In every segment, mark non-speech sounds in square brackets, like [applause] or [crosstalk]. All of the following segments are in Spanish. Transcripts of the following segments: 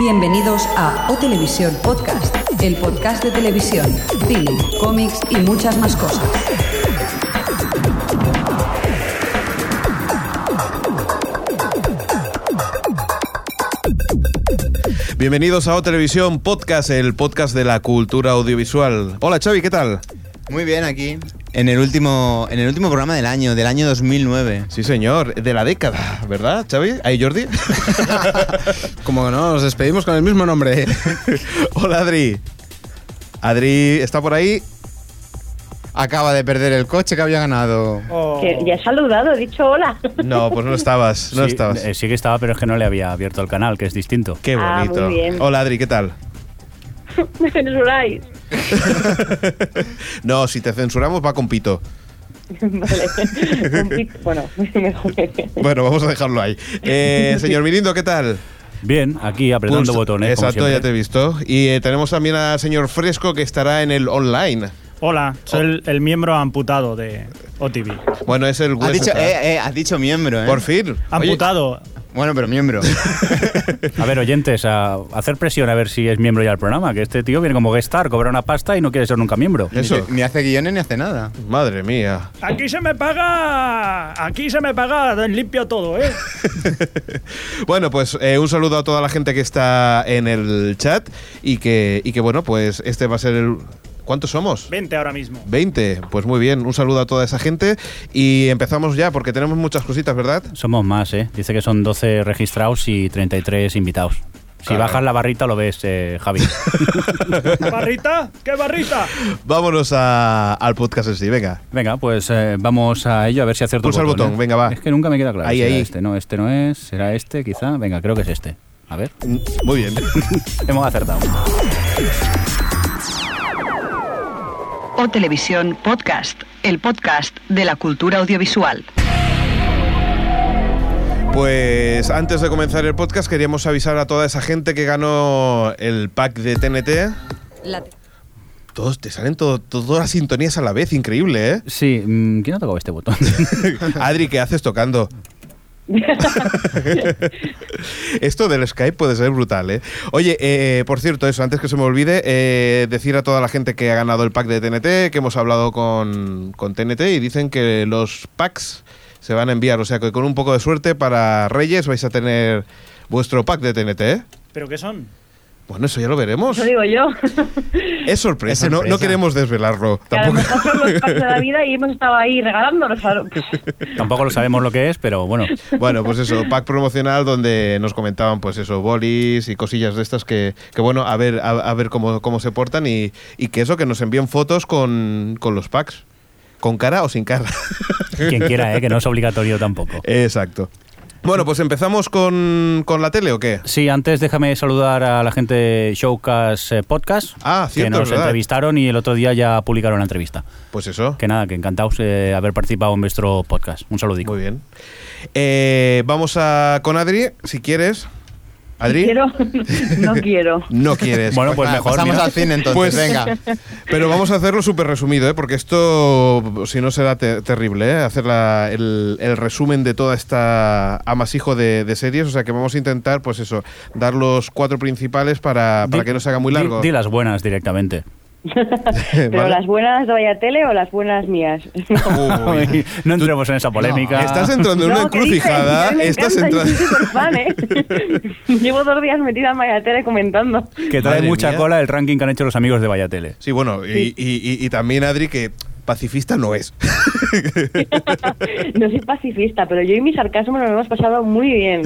Bienvenidos a O Televisión Podcast, el podcast de televisión, cine, cómics y muchas más cosas. Bienvenidos a O Televisión Podcast, el podcast de la cultura audiovisual. Hola Xavi, ¿qué tal? Muy bien, aquí. En el último, en el último programa del año, del año 2009. Sí señor, de la década, ¿verdad Xavi? ¿Ahí Jordi? [laughs] Como no, nos despedimos con el mismo nombre. Hola Adri. Adri, ¿está por ahí? [laughs] Acaba de perder el coche que había ganado. Oh, Que ya he saludado, he dicho hola. [laughs] No, pues [laughs] no estabas, no sí, estabas. eh, sí que estaba, pero es que no le había abierto el canal, que es distinto. Qué Ah, muy bonito. bien. Hola Adri, ¿qué tal? [laughs] Me censuráis. no, si te censuramos va con pito. Vale. [laughs] Un pito, bueno, [laughs] mejor. Bueno, vamos a dejarlo ahí. [laughs] Eh, señor Mirindo, ¿qué tal? Bien, aquí apretando Pulsa- botones. como Exacto, siempre. ya te he visto. Y eh, tenemos también al señor Fresco que estará en el online. Hola, soy el, el miembro amputado de OTV. Bueno, es el Has hueso. dicho, eh, eh, has dicho miembro, ¿eh? pues Por fin. Oye, Amputado. Bueno, pero miembro. A ver, oyentes, a hacer presión a ver si es miembro ya del programa, que este tío viene como guest star, cobra una pasta y no quiere ser nunca miembro. [laughs] Eso. [laughs] Ni, ni hace guiones ni hace nada. Madre mía. Aquí se me paga, aquí se me paga limpio todo, ¿eh? Bueno, pues eh, un saludo a toda la gente que está en el chat y que, y que bueno, pues este va a ser el... ¿Cuántos somos? 20 ahora mismo. 20. Pues muy bien, un saludo a toda esa gente y empezamos ya porque tenemos muchas cositas, ¿verdad? Somos más, ¿eh? Dice que son 12 registrados y 33 invitados. Si Claro. bajas la barrita lo ves, eh, [laughs] Javi. ¿Barrita? ¿Qué barrita? Vámonos a- al podcast en sí, venga. Venga, pues eh, vamos a ello a ver si acierto Pulsa el el botón. botón, ¿eh? venga, va. Es que nunca me queda claro. Ahí, si era ahí. Este no, este no es, será este quizá. Venga, creo que es este. [laughs] A ver, Muy bien. hemos acertado. O Televisión Podcast, el podcast de la cultura audiovisual. Pues antes de comenzar el podcast queríamos avisar a toda esa gente que ganó el pack de TNT. La- Todos te salen todo- todas las sintonías a la vez, increíble, ¿eh? Sí, mm, ¿quién ha tocado [laughs] este botón? Adri, ¿qué haces tocando? Esto del Skype puede ser brutal, ¿eh? Oye, eh, por cierto, eso, antes que se me olvide, eh, decir a toda la gente que ha ganado el pack de TNT, que hemos hablado con, con TNT y dicen que los packs se van a enviar, o sea que con un poco de suerte para Reyes vais a tener vuestro pack de TNT, ¿eh? ¿Pero qué son? Bueno, eso ya lo veremos. Eso digo [laughs] yo. Es sorpresa, Es no- No, sorpresa. queremos desvelarlo. Que a Tampoco. lo mejor son los packs de la vida y hemos estado ahí [laughs] regalándolos. a lo- Tampoco lo sabemos lo que es, pero bueno. Bueno, pues eso, pack promocional donde nos comentaban, pues eso, bolis y cosillas de estas que, que bueno, a ver, a, a ver cómo, cómo se portan y, y que eso, que nos envíen fotos con, con los packs. ¿Con cara o sin cara? Quien quiera, ¿eh? que no es obligatorio tampoco. Exacto. Bueno, pues empezamos con, con la tele o qué? Sí, antes déjame saludar a la gente de Showcast eh, Podcast, Ah, cierto, que nos ¿verdad? entrevistaron y el otro día ya publicaron la entrevista. Pues eso. Que nada, que encantados de haber participado en vuestro podcast. Un saludico. Muy bien. Eh, vamos a con Adri, si quieres. Adri. [laughs] Quiero, no quiero. No quieres. Bueno, pues Ah, mejor. Pasamos mira. al cine entonces, Pues- [laughs] venga. Pero vamos a hacerlo súper resumido, ¿eh? porque esto, si no, será te- terrible, ¿eh? hacer la- el, el resumen de toda esta amasijo de, de series. O sea que vamos a intentar, pues eso, dar los cuatro principales para, para Di- que no se haga muy di- largo. Di, las buenas directamente. Pero [laughs] ¿Vale? las buenas de Vaya Tele o las buenas mías. [laughs] Uy. no entremos en esa polémica. Estás entrando en una No, ¿qué dices? encrucijada. A mí me Estás encanta, entrando. Yo soy súper [laughs] fan, ¿eh? [laughs] Llevo dos días metida en Vaya Tele comentando. [laughs] que trae Madre mucha mía. cola el ranking que han hecho los amigos de Vallatele. Sí, bueno, y, y- y- y también Adri, que pacifista no es. [laughs] No soy pacifista, pero yo y mi sarcasmo nos lo hemos pasado muy bien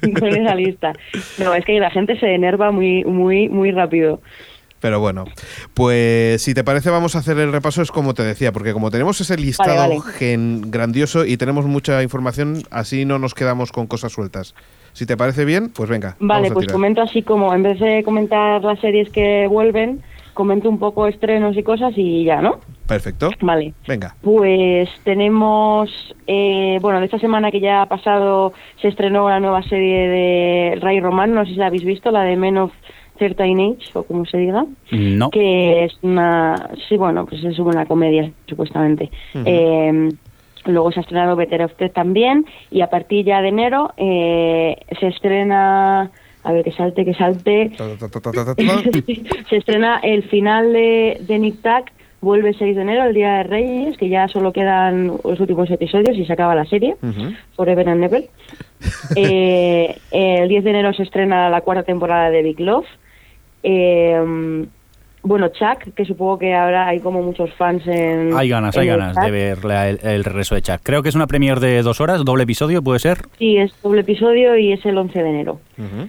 [laughs] con esa lista. No, es que la gente se enerva muy, muy, muy rápido. Pero bueno, pues si te parece vamos a hacer el repaso, es como te decía, porque como tenemos ese listado vale. gen- grandioso y tenemos mucha información, así no nos quedamos con cosas sueltas. Si te parece bien, pues venga. Vale, vamos a pues tirar. comento así como, en vez de comentar las series que vuelven, comento un poco estrenos y cosas y ya, ¿no? Perfecto. Vale. Venga. Pues tenemos, eh, bueno, de esta semana que ya ha pasado se estrenó la nueva serie de Ray Román, no sé si la habéis visto, la de Men of Certain Age, o como se diga. No. que es una sí bueno pues es una comedia supuestamente Ujú. Eh, luego se ha estrenado Better of Ted también y a partir ya de enero eh, se estrena A ver, que salte, [laughs] que salte. Ta, ta, ta, ta, [laughs] ta, ta, ta. se estrena el final de, de Nick Tac, vuelve el 6 de enero, el Día de Reyes, que ya solo quedan los últimos episodios y se acaba la serie, Forever and [laughs] Never. Eh, el 10 de enero se estrena la cuarta temporada de Big Love. Eh, bueno, Chuck, que supongo que ahora hay como muchos fans en... Hay ganas, en hay el ganas chat. de ver la- el, el regreso de Chuck. Creo que es una premier de dos horas, doble episodio, puede ser. Sí, es doble episodio y es el 11 de enero. Ujú.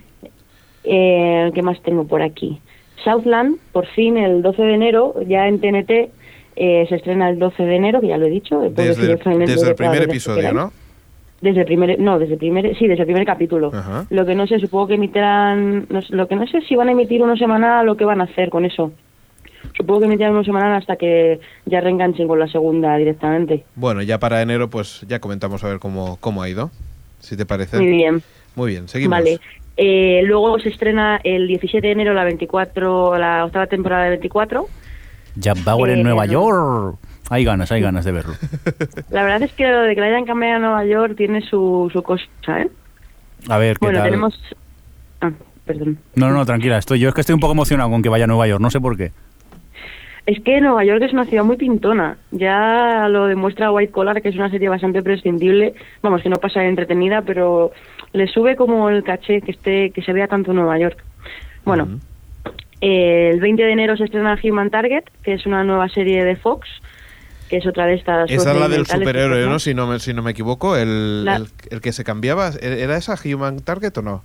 Eh, ¿Qué más tengo por aquí? Southland, por fin, el 12 de enero, ya en TNT, eh, se estrena el 12 de enero, que ya lo he dicho. eh, puedes Desde, el- directamente desde el ver todas las primer veces que episodio, queráis. ¿no? Desde el primer, no, desde el primer, sí, desde el primer capítulo. Ajá. Lo que no sé, supongo que emitirán, no sé, lo que no sé si van a emitir uno semanal o qué van a hacer con eso. Supongo que emitirán uno semanal hasta que ya reenganchen con la segunda directamente. Bueno, ya para enero, pues ya comentamos a ver cómo, cómo ha ido. Si te parece. Muy bien. Muy bien, seguimos. Vale. Eh, luego se estrena el 17 de enero la 24, la octava temporada de 24. Jack Bauer Eh, en Nueva no. York. Hay ganas, hay ganas de verlo. La verdad es que lo de que la hayan cambiado a Nueva York tiene su, su cosa, ¿eh? A ver, ¿qué Bueno, tal? tenemos... Ah, perdón. No, no, tranquila, estoy yo es que estoy un poco emocionado con que vaya a Nueva York, no sé por qué. Es que Nueva York es una ciudad muy pintona. Ya lo demuestra White Collar, que es una serie bastante prescindible. Vamos, que no pasa de entretenida, pero le sube como el caché que esté que se vea tanto Nueva York. Bueno, eh, el 20 de enero se estrena Human Target, que es una nueva serie de Fox, que es otra de estas. Esa es la del procedimentales que superhéroe, pasan. ¿no? Si no me, si no me equivoco, el, La- el- el que se cambiaba, ¿e- ¿era esa Human Target o no?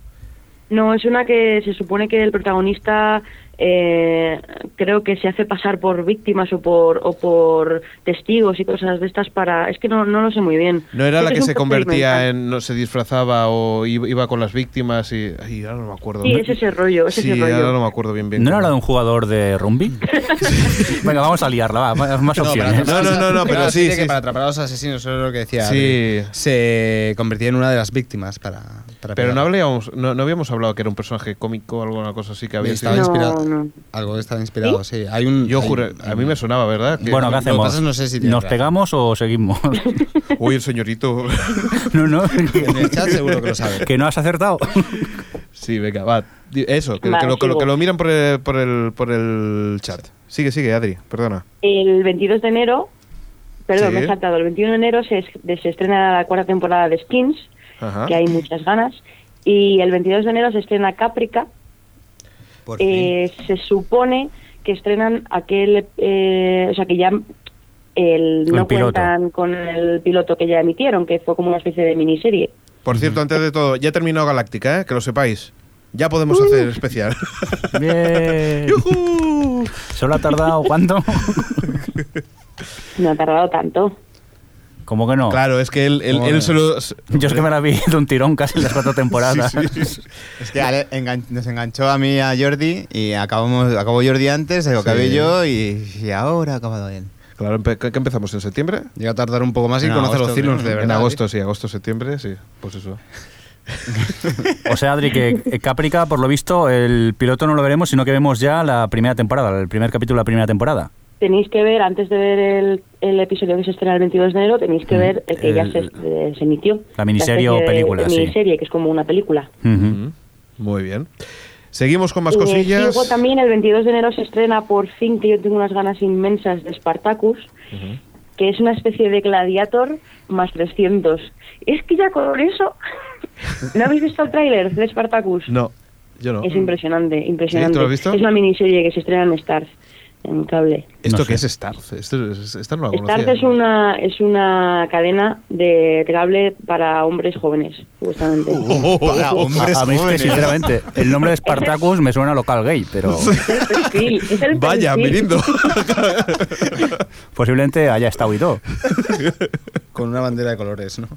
No, es una que se supone que el protagonista eh, creo que se hace pasar por víctimas o por o por testigos y cosas de estas para... Es que no, no lo sé muy bien. ¿No era Creo la que es un se convertía procedimental. en, no se disfrazaba o i- iba con las víctimas y... Ay, ahora no me acuerdo. Sí, es ese rollo, es Sí, ese ahora rollo. no me acuerdo bien bien. ¿No cómo. era la de un jugador de rugby? [laughs] Venga, vamos a liarla, va, más- más opciones. No, no, no, no, pero Era sí, serie sí, que sí. para atrapar a los asesinos, eso es lo que decía. Sí. Adri. Se convertía en una de las víctimas para. Pero para pegar. no habíamos, no, no habíamos hablado que era un personaje cómico o alguna cosa así que había Estaba sido- No, inspirado. no. Algo estaba inspirado, sí. Hay un, Yo hay- juré, a [laughs] mí me sonaba, ¿verdad? Que- Bueno, ¿qué Lo que hacemos? pasa es que no sé si tiene ¿Nos razón. pegamos [laughs] o seguimos? Uy, el [laughs] señorito. no, no, En el chat seguro que lo sabe. que no has [laughs] acertado. sí, venga, va. Di- Eso, que, Vale, que lo, que lo- sigo. que lo miran por el, por, el, por el chat. Sigue, sigue, Adri, perdona. El 22 de enero, perdón, Sí. me he saltado, el 21 de enero se, es- se estrena la cuarta temporada de Skins, Ajá. que hay muchas ganas, y el 22 de enero se estrena Caprica, Por fin. Eh, se supone que estrenan aquel, eh, o sea que ya el, El no piloto. cuentan con el piloto que ya emitieron, que fue como una especie de miniserie. Por cierto, antes de todo, ya terminó Galáctica, ¿eh? que lo sepáis. Ya podemos Uh. hacer [laughs] especial. [laughs] Bien. ¡Yujú! Solo ha tardado, ¿cuánto? [laughs] No ha tardado tanto. ¿Cómo que no? Claro, es que él, él, él Joder. se lo- [laughs] Yo es que me la vi de un tirón casi en las cuatro temporadas. Sí, sí, sí. Es que Ale engan- nos enganchó a mí y a Jordi y acabamos, acabó Jordi antes, lo acabé Sí. yo y, y ahora ha acabado él. Claro, empe- ¿qué qué empezamos? ¿En septiembre? Llega a tardar un poco más y En conoce los agosto, círculos, de verdad. En ¿eh? agosto, sí, agosto, septiembre, sí. Pues eso. O sea, Adri, que eh, Caprica, por lo visto, el piloto no lo veremos, sino que vemos ya la primera temporada, el primer capítulo de la primera temporada. Tenéis que ver, antes de ver el, el episodio que se estrena el 22 de enero, tenéis que ver el que ya se, Mm. el- eh, se emitió. la miniserie especie o de- película, de sí. miniserie, que es como una película. Mm. Ujú. Ujú. Mm, Muy bien. Seguimos con más Eh, cosillas. sigo también el 22 de enero se estrena por fin, que yo tengo unas ganas inmensas de Spartacus, que es una especie de Gladiator más 300. Es que ya con eso... ¿No habéis visto el tráiler de Spartacus? No, yo no. Es impresionante, ¿Sí? impresionante. ¿Tú lo has visto? Es una miniserie que se estrena en Stars, en cable. ¿Esto No qué sé. es Starz? Esto es- esta no la Stars conocía. [laughs] es una, es una cadena de cable para hombres jóvenes, supuestamente. Uh, [laughs] Para hombres A, a mí es que, jóvenes. sinceramente, el nombre de Spartacus me suena a local gay, pero Es el perfil, es el Vaya, perfil. Mirindo. [laughs] posiblemente haya estado y todo. Con una bandera de colores, ¿no?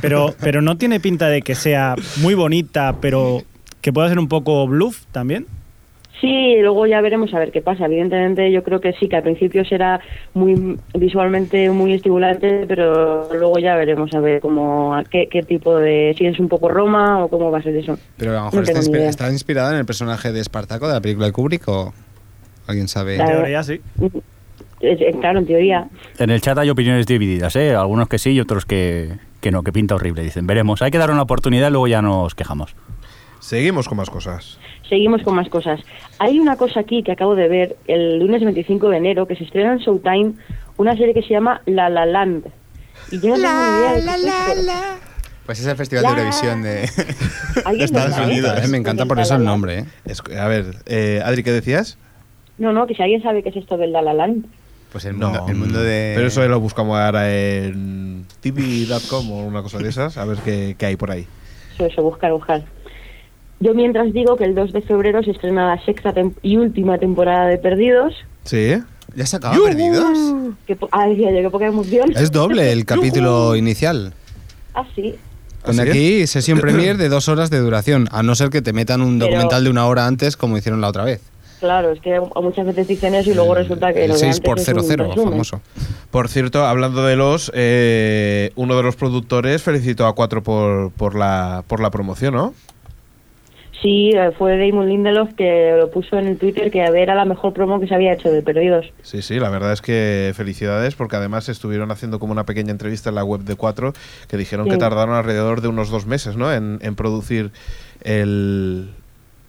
Pero, pero no tiene pinta de que sea muy bonita, pero que pueda ser un poco bluff también. Sí, y luego ya veremos a ver qué pasa. Evidentemente yo creo que sí, que al principio será muy visualmente muy estimulante, pero luego ya veremos a ver cómo a qué, qué tipo de si es un poco Roma o cómo va a ser eso. Pero a lo No mejor está, tengo ni inspi- idea. está inspirada en el personaje de Espartaco de la película de Kubrick o alguien sabe. En Claro. teoría sí. Es- eh, Claro, en teoría. En el chat hay opiniones divididas, ¿eh? Algunos que sí y otros que, que no, que pinta horrible. Dicen, veremos. Hay que dar una oportunidad y luego ya nos quejamos. [laughs] Seguimos con más cosas. Seguimos con más cosas. Hay una cosa aquí que acabo de ver el lunes 25 de enero que se estrena en Showtime una serie que se llama La La Land. Y yo no tengo ni idea de qué es esto. Pues es el Festival La- de Eurovisión [laughs] de... [laughs] ¿Alguien Estados sabe? Unidos. Eh, Me encanta por eso el nombre. ¿eh? Es- a ver, eh, Adri, ¿qué decías? No, no, que si alguien sabe qué es esto del La La Land. Pues el mundo, el mundo de... Pero eso lo buscamos ahora en tv.com o una cosa de esas, a ver qué, qué hay por ahí. Eso, eso, buscar, buscar. Yo mientras digo que el 2 de febrero se estrena la sexta tem- y última temporada de Perdidos. Sí. ¿Ya se acaba Perdidos? Que po- ah, decía yo, que poca emoción. Es doble el capítulo inicial. Ah, sí. Con ¿Así es? aquí sesión premier de dos horas de duración, a no ser que te metan un Pero- documental de una hora antes como hicieron la otra vez. Claro, es que a- muchas veces dicen eso y luego resulta que... el lo de 6 antes por es un 00 resumen. famoso. Por cierto, hablando de los, eh, uno de los productores felicitó a Cuatro por, por, la, por la promoción, ¿no? Sí, eh, fue Damon Lindelof que lo puso en el Twitter que era la mejor promo que se había hecho de Perdidos. Sí, sí, la verdad es que felicidades, porque además estuvieron haciendo como una pequeña entrevista en la web de Cuatro, que dijeron Sí. que tardaron alrededor de unos dos meses, ¿no? En, en producir el,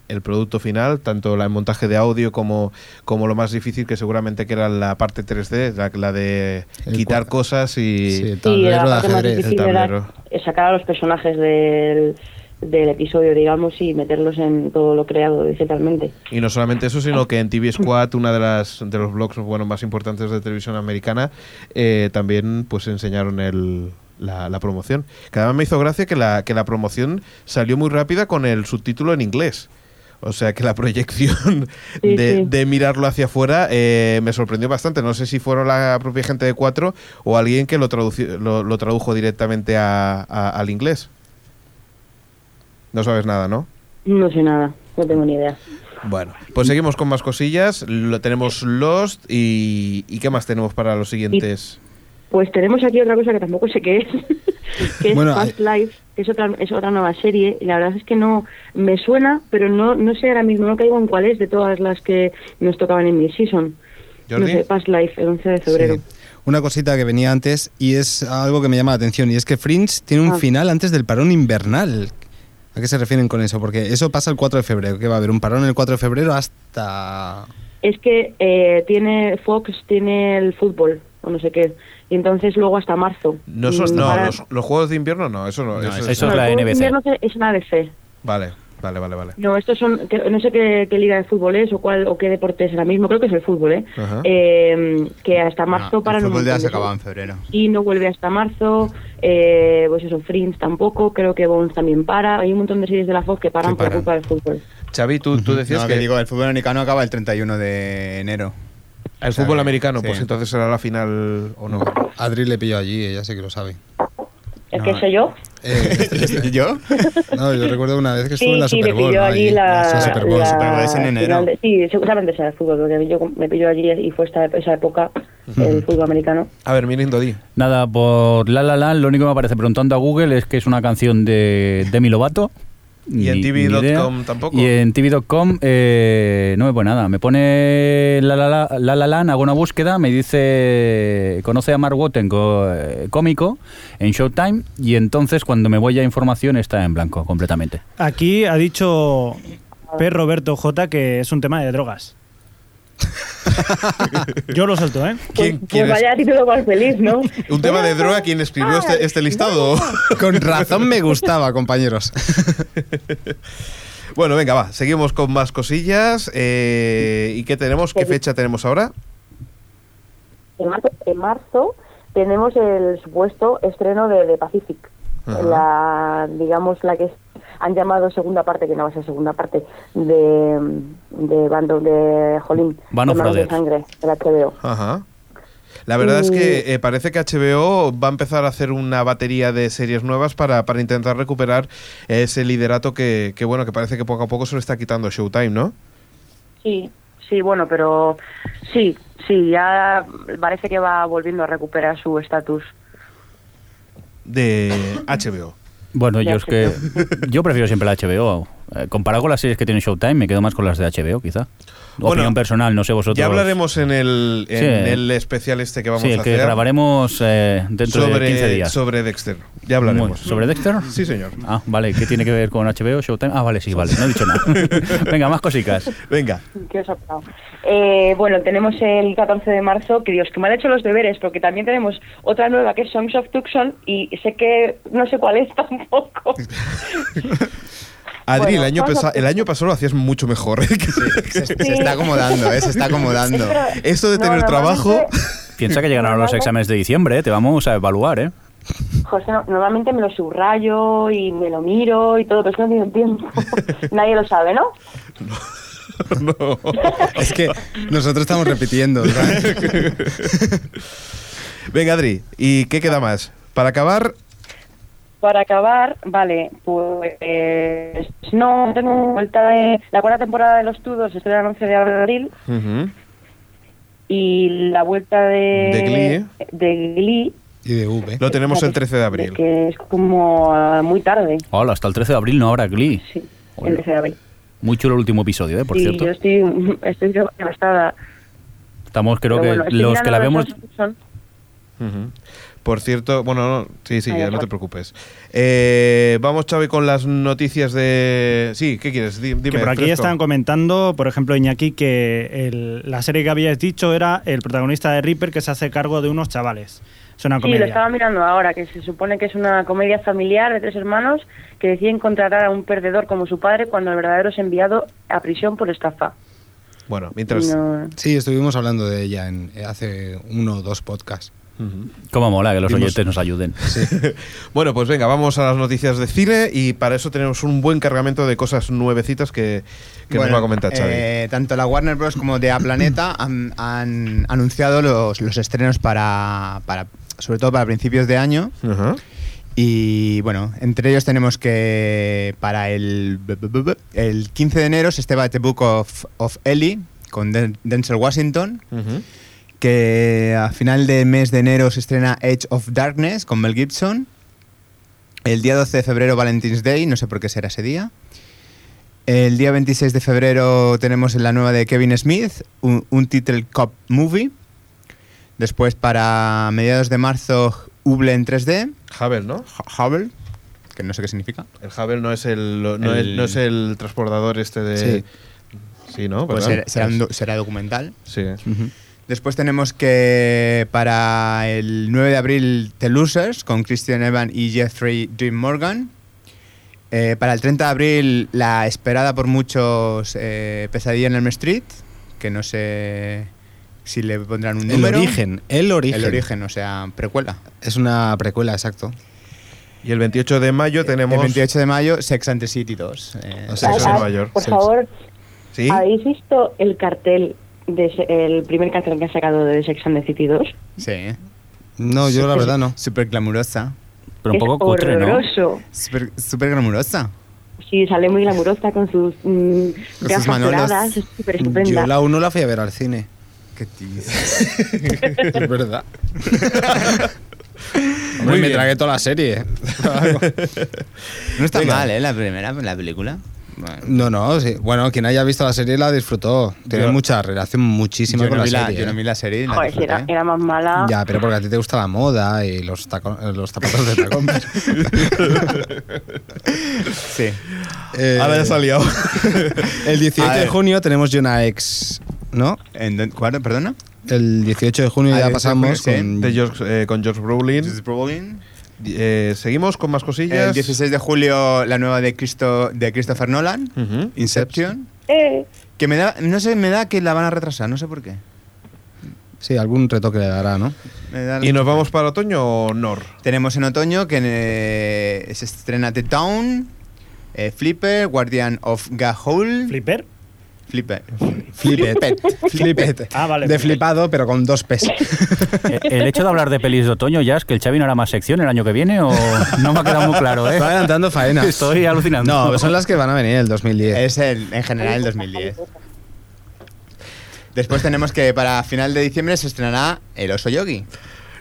el producto final, tanto la- el montaje de audio como, como lo más difícil, que seguramente que era la parte 3D, la, la de El quitar cua- cosas y... Sí, Sí, tablero la de parte más ajedrez. difícil el era eh, tablero. sacar a los personajes del, del episodio, digamos, y meterlos en todo lo creado digitalmente. Y no solamente eso, sino que en TV Squad, una de las de los blogs bueno, más importantes de televisión americana, eh, también pues enseñaron el, la, la promoción. Que además me hizo gracia que la, que la promoción salió muy rápida con el subtítulo en inglés. O sea que la proyección Sí, de, sí. de mirarlo hacia afuera eh, me sorprendió bastante. No sé si fueron la propia gente de Cuatro o alguien que lo, traduci- lo, lo tradujo directamente a- a- al inglés. No sabes nada, ¿no? No sé nada, no tengo ni idea. Bueno, pues seguimos con más cosillas. Lo, tenemos Lost y, y ¿qué más tenemos para los siguientes? Pues tenemos aquí otra cosa que tampoco sé qué es, [laughs] que es Bueno, Past Life, que es otra, es otra nueva serie, y la verdad es que no me suena, pero no, no sé ahora mismo, no caigo en cuál es de todas las que nos tocaban en mid-season. No Jordi. sé, Past Life, el 11 de febrero. Sí. Una cosita que venía antes y es algo que me llama la atención y es que Fringe tiene un Ah. final antes del parón invernal. ¿A qué se refieren con eso? Porque eso pasa el 4 de febrero, que va a haber un parón el 4 de febrero hasta... Es que eh, tiene Fox tiene el fútbol, o no sé qué, y entonces luego hasta marzo. No, Mm, son- no, para- los, los juegos de invierno no, eso no. No, eso eso es- es- No, la el juego de NBC. invierno Es una ABC. Vale, vale, vale, vale. No, estos son, que- no sé qué, qué liga de fútbol es o cuál o qué deporte es ahora mismo, creo que es el fútbol, ¿eh? Ajá. Eh, que hasta marzo No, para Ah, el fútbol ya se acaba acaban. en febrero. Y no vuelve hasta marzo, eh, pues eso, Fringe tampoco, creo que Bones también para, hay un montón de series de la Fox que paran Que por paran. culpa del fútbol. Xavi, tú, tú decías No, que, que digo, el fútbol americano acaba el 31 de enero. el sabe, fútbol americano, sí. pues entonces será la final o no. Adri le pilló allí, ella sé que lo sabe. Es No. que sé yo. Eh, ¿Yo? no, yo recuerdo una vez que estuve Sí, en la sí, Super me Bowl. pilló ¿no? allí Ahí, la, sí, Super Bowl, la Super Bowl. Bowl es en enero. final de- sí, seguramente será el fútbol, porque yo me pilló allí y fue esta, esa época el fútbol americano. A ver, miren Dodi. Nada, por La La Land, lo único que me aparece preguntando a Google es que es una canción de Demi Lovato. Y en Ni- TV ni dot idea. com tampoco. Y en TV.com eh, no me pone nada. Me pone La La, La- La La Land, hago una búsqueda, me dice, conoce a Mark Wotten, co- eh, cómico, en Showtime, y entonces cuando me voy a información está en blanco completamente. Aquí ha dicho P. Roberto J. que es un tema de drogas. Yo lo salto, ¿eh? ¿Quién, pues, quién pues es- vaya título más feliz, ¿no? Ah, ¿Un tema de droga? ¿Quién escribió este, este listado? Con razón me gustaba, compañeros. bueno, venga, va. Seguimos con más cosillas. eh, ¿Y qué tenemos? ¿Qué fecha tenemos ahora? En marzo, en marzo tenemos el supuesto estreno de The Pacific, Ajá. la digamos la que es- han llamado segunda parte, que no va a ser segunda parte, de, de Bando de Jolín, Band Hermanos of de Brothers. Sangre, de la HBO. Ajá. La verdad es Y- que eh, parece que HBO va a empezar a hacer una batería de series nuevas para, para intentar recuperar ese liderato que, que, bueno, que parece que poco a poco se lo está quitando Showtime, ¿no? Sí, sí, bueno, pero sí, sí, ya parece que va volviendo a recuperar su estatus. De [coughs] HBO. Bueno, Ya yo es sé. que yo prefiero siempre la HBO. Eh, comparado con las series que tiene Showtime, me quedo más con las de HBO, quizá. Bueno, Opinión personal, no sé vosotros. Ya hablaremos en el, en Sí. el especial este que vamos Sí, a el que hacer grabaremos eh, dentro sobre, de 15 días. sobre Dexter. Ya hablaremos. Muy- ¿Sobre Dexter? Sí, señor. Ah, vale, ¿qué tiene que ver con HBO, Showtime? Ah, vale, sí, vale, no he dicho [laughs] nada. Venga, más cositas. Venga. ¿Qué os ha pasado? Eh, bueno, tenemos el 14 de marzo, que Dios, que me han hecho los deberes, porque también tenemos otra nueva que es Songs of Tucson y sé que no sé cuál es [laughs] tampoco. Adri, Bueno, el, año vamos pasa- a- el año pasado lo hacías mucho mejor. ¿eh? Se, se Sí. está acomodando, ¿eh? Se está acomodando. Espera. Esto de No, tener trabajo. normalmente- Piensa que llegaron los Normalmente- exámenes de diciembre, ¿eh? te vamos a evaluar, ¿eh? José, no- normalmente me lo subrayo y me lo miro y todo, pero es que no tengo [laughs] tiempo. Nadie lo sabe, ¿no? no. [laughs] Es que nosotros estamos repitiendo. ¿sabes? Venga, Adri, ¿y qué queda más? Para acabar, Para acabar, vale, pues no tengo vuelta de la cuarta temporada de los Tudors, estoy el 11 de abril ujú, y la vuelta de De Glee. de Glee, Y de V. lo tenemos o sea, el que- 13 de abril. que es como ah, muy tarde, Hola, hasta el 13 de abril no habrá Glee. sí, Hola. el 13 de abril. Muy chulo el último episodio, ¿eh? por y cierto. yo estoy estoy devastada. Estamos, creo pero que bueno, estoy los que la mirando vemos... los Simpson. Ujú. Por cierto, bueno, no, sí, sí, Ahí ya va. no te preocupes. Eh, vamos, Xavi, con las noticias de... Sí, ¿qué quieres? Di- Dime, que por aquí fresco. están comentando, por ejemplo, Iñaki, que el- la serie que habías dicho era el protagonista de Reaper que se hace cargo de unos chavales. Es una Sí, comedia. lo estaba mirando ahora, que se supone que es una comedia familiar de tres hermanos que deciden contratar a un perdedor como su padre cuando el verdadero es enviado a prisión por estafa. Bueno, mientras... No- Sí, estuvimos hablando de ella en, hace uno o dos podcasts. Ujú. Cómo mola que los Dimos- oyentes nos ayuden. Bueno, pues venga, vamos a las noticias de cine y para eso tenemos un buen cargamento de cosas nuevecitas que, que nos Bueno, va a comentar Xavi. eh, tanto la Warner Bros. como de A Planeta han, han anunciado los, los estrenos para, para, sobre todo para principios de año. Ajá. Y bueno, entre ellos tenemos que para el, el 15 de enero se estaba The Book of, of Ellie con Den- Denzel Washington, Ujú. que a final de mes de enero se estrena Edge of Darkness con Mel Gibson. El día 12 de febrero Valentine's Day, no sé por qué será ese día. El día 26 de febrero tenemos la nueva de Kevin Smith, un, un title cop movie. Después para mediados de marzo Hubble en 3D. Hubble, ¿no? Hubble, que no sé qué significa. El Hubble no es el, no, El- es, no es el transportador este de... Sí, Sí. ¿no? Pues ¿Verdad? será, será un do- será documental. Sí. Después tenemos que para el 9 de abril The Losers con Christian Evan y Jeffrey Dean Morgan. Eh, para el 30 de abril la esperada por muchos eh, Pesadilla en Elm Street, que no sé si le pondrán un El número. origen, el origen. El origen, o sea, precuela. Es una precuela, exacto. Y el 28 de mayo tenemos... El 28 de mayo Sex and the City 2. eh, O o sea, sea, Sexo en Ah, Nueva York, Por sexo. favor, ¿Sí? ¿habéis visto el cartel, de ese- el primer cartel que han sacado de Sex and the City 2? sí. No, yo la verdad no. Súper glamurosa. Pero un es poco cutre, ¿no? horroroso. Súper súper glamurosa. Sí, sale muy glamurosa con sus mm, sus gafas manolas. doradas, es súper Yo estupenda. la uno la fui a ver al cine. Qué tío. [laughs] [laughs] Es verdad. Hombre, Muy me bien. tragué toda la serie. ¿eh? [laughs] No está Venga. mal, ¿eh? La primera, la película. No, no, sí. Bueno, quien haya visto la serie la disfrutó. Tiene Yo- mucha relación muchísima yo, con no la vi la, serie. yo ¿eh? no vi la serie. la Joder, si era, disfruté. era más mala. Ya, pero porque a ti te gusta la moda y los, taco- eh, los zapatos [laughs] de tacón. Sí. Eh, Ahora ya se ha [laughs] liado. El 18 A de ver. junio tenemos Jonah X, ¿no? ¿En dónde- cuál, perdona? El 18 de junio Ah, ya el 18 de pasamos junio, sí. con... De George- eh, con George Brolin. Eh, Seguimos con más cosillas. El 16 de julio, la nueva de, Cristo, de Christopher Nolan, Ujú. Inception. Eh, Que me da, no sé, me da que la van a retrasar, no sé por qué. Sí, algún retoque le dará, ¿no? Me da- ¿Y nos vamos para otoño o Nor? Tenemos en otoño que eh, se estrena The Town, eh, Flipper, Guardian of Gahul. ¿Flipper? Flipper. Flipet. Flipet. Ah, vale. De flipado, pero con dos P's. Eh, El hecho de hablar de pelis de otoño ya es que el Xavi no hará más sección el año que viene o no me ha quedado muy claro, Estoy ¿eh? adelantando [laughs] faena. Estoy alucinando. No, son las que van a venir el 2010. Es el, en general el 2010. Después tenemos que para final de diciembre se estrenará El Oso Yogi.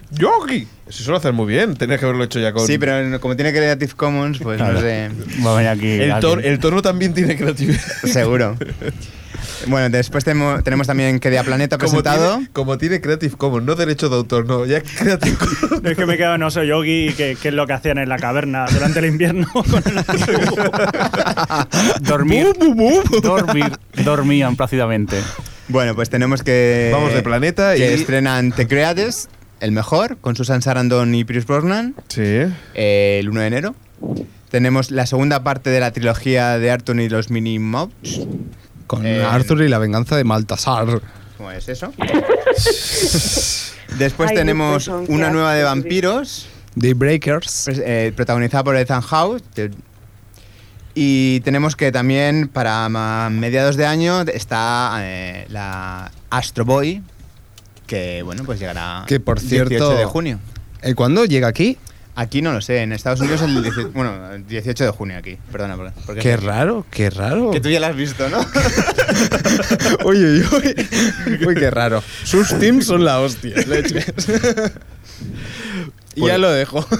¡Yogi! Si suelo hacer muy bien, tenías que haberlo hecho ya con. Sí, pero no- como tiene Creative Commons, pues Claro. no sé. Va a venir aquí El, alguien. tor- el torno también tiene creatividad. Seguro. Bueno, después temo- tenemos también que Día Planeta Como presentado. tiene, como tiene Creative Commons, no derecho de autor, no, ya [laughs] Creative Commons. [laughs] Es que me quedo en Oso Yogi, que, que es lo que hacían en la caverna durante el invierno [laughs] con el Pues Dormir. dormir. Dormían plácidamente. Bueno, pues tenemos que. Vamos de planeta que y- estrenan The Creades, el mejor, con Susan Sarandon y Pierce Brosnan, Sí. eh, el 1 de enero. Tenemos la segunda parte de la trilogía de Arton y los Mini Mobs. Con Eh, Arthur y la venganza de Maltasar. ¿Cómo es [laughs] eso? Después Ay, tenemos Wilson, qué una nueva de asco, sí. vampiros. The Breakers. Pues, eh, protagonizada por Ethan Howe. Te- Y tenemos que también para ma- mediados de año está eh, la Astro Boy, que bueno, pues llegará Que, por 18 cierto- de junio. Eh, ¿Cuándo llega aquí? Aquí no lo sé, en Estados Unidos el 18, [laughs] bueno, el 18 de junio aquí, perdona. por- Porque Qué raro, qué raro. que tú ya la has visto, ¿no? [laughs] Uy, uy, uy. Uy, qué raro. Sus teams son la [laughs] hostia. leches. Y ya lo dejo. [laughs]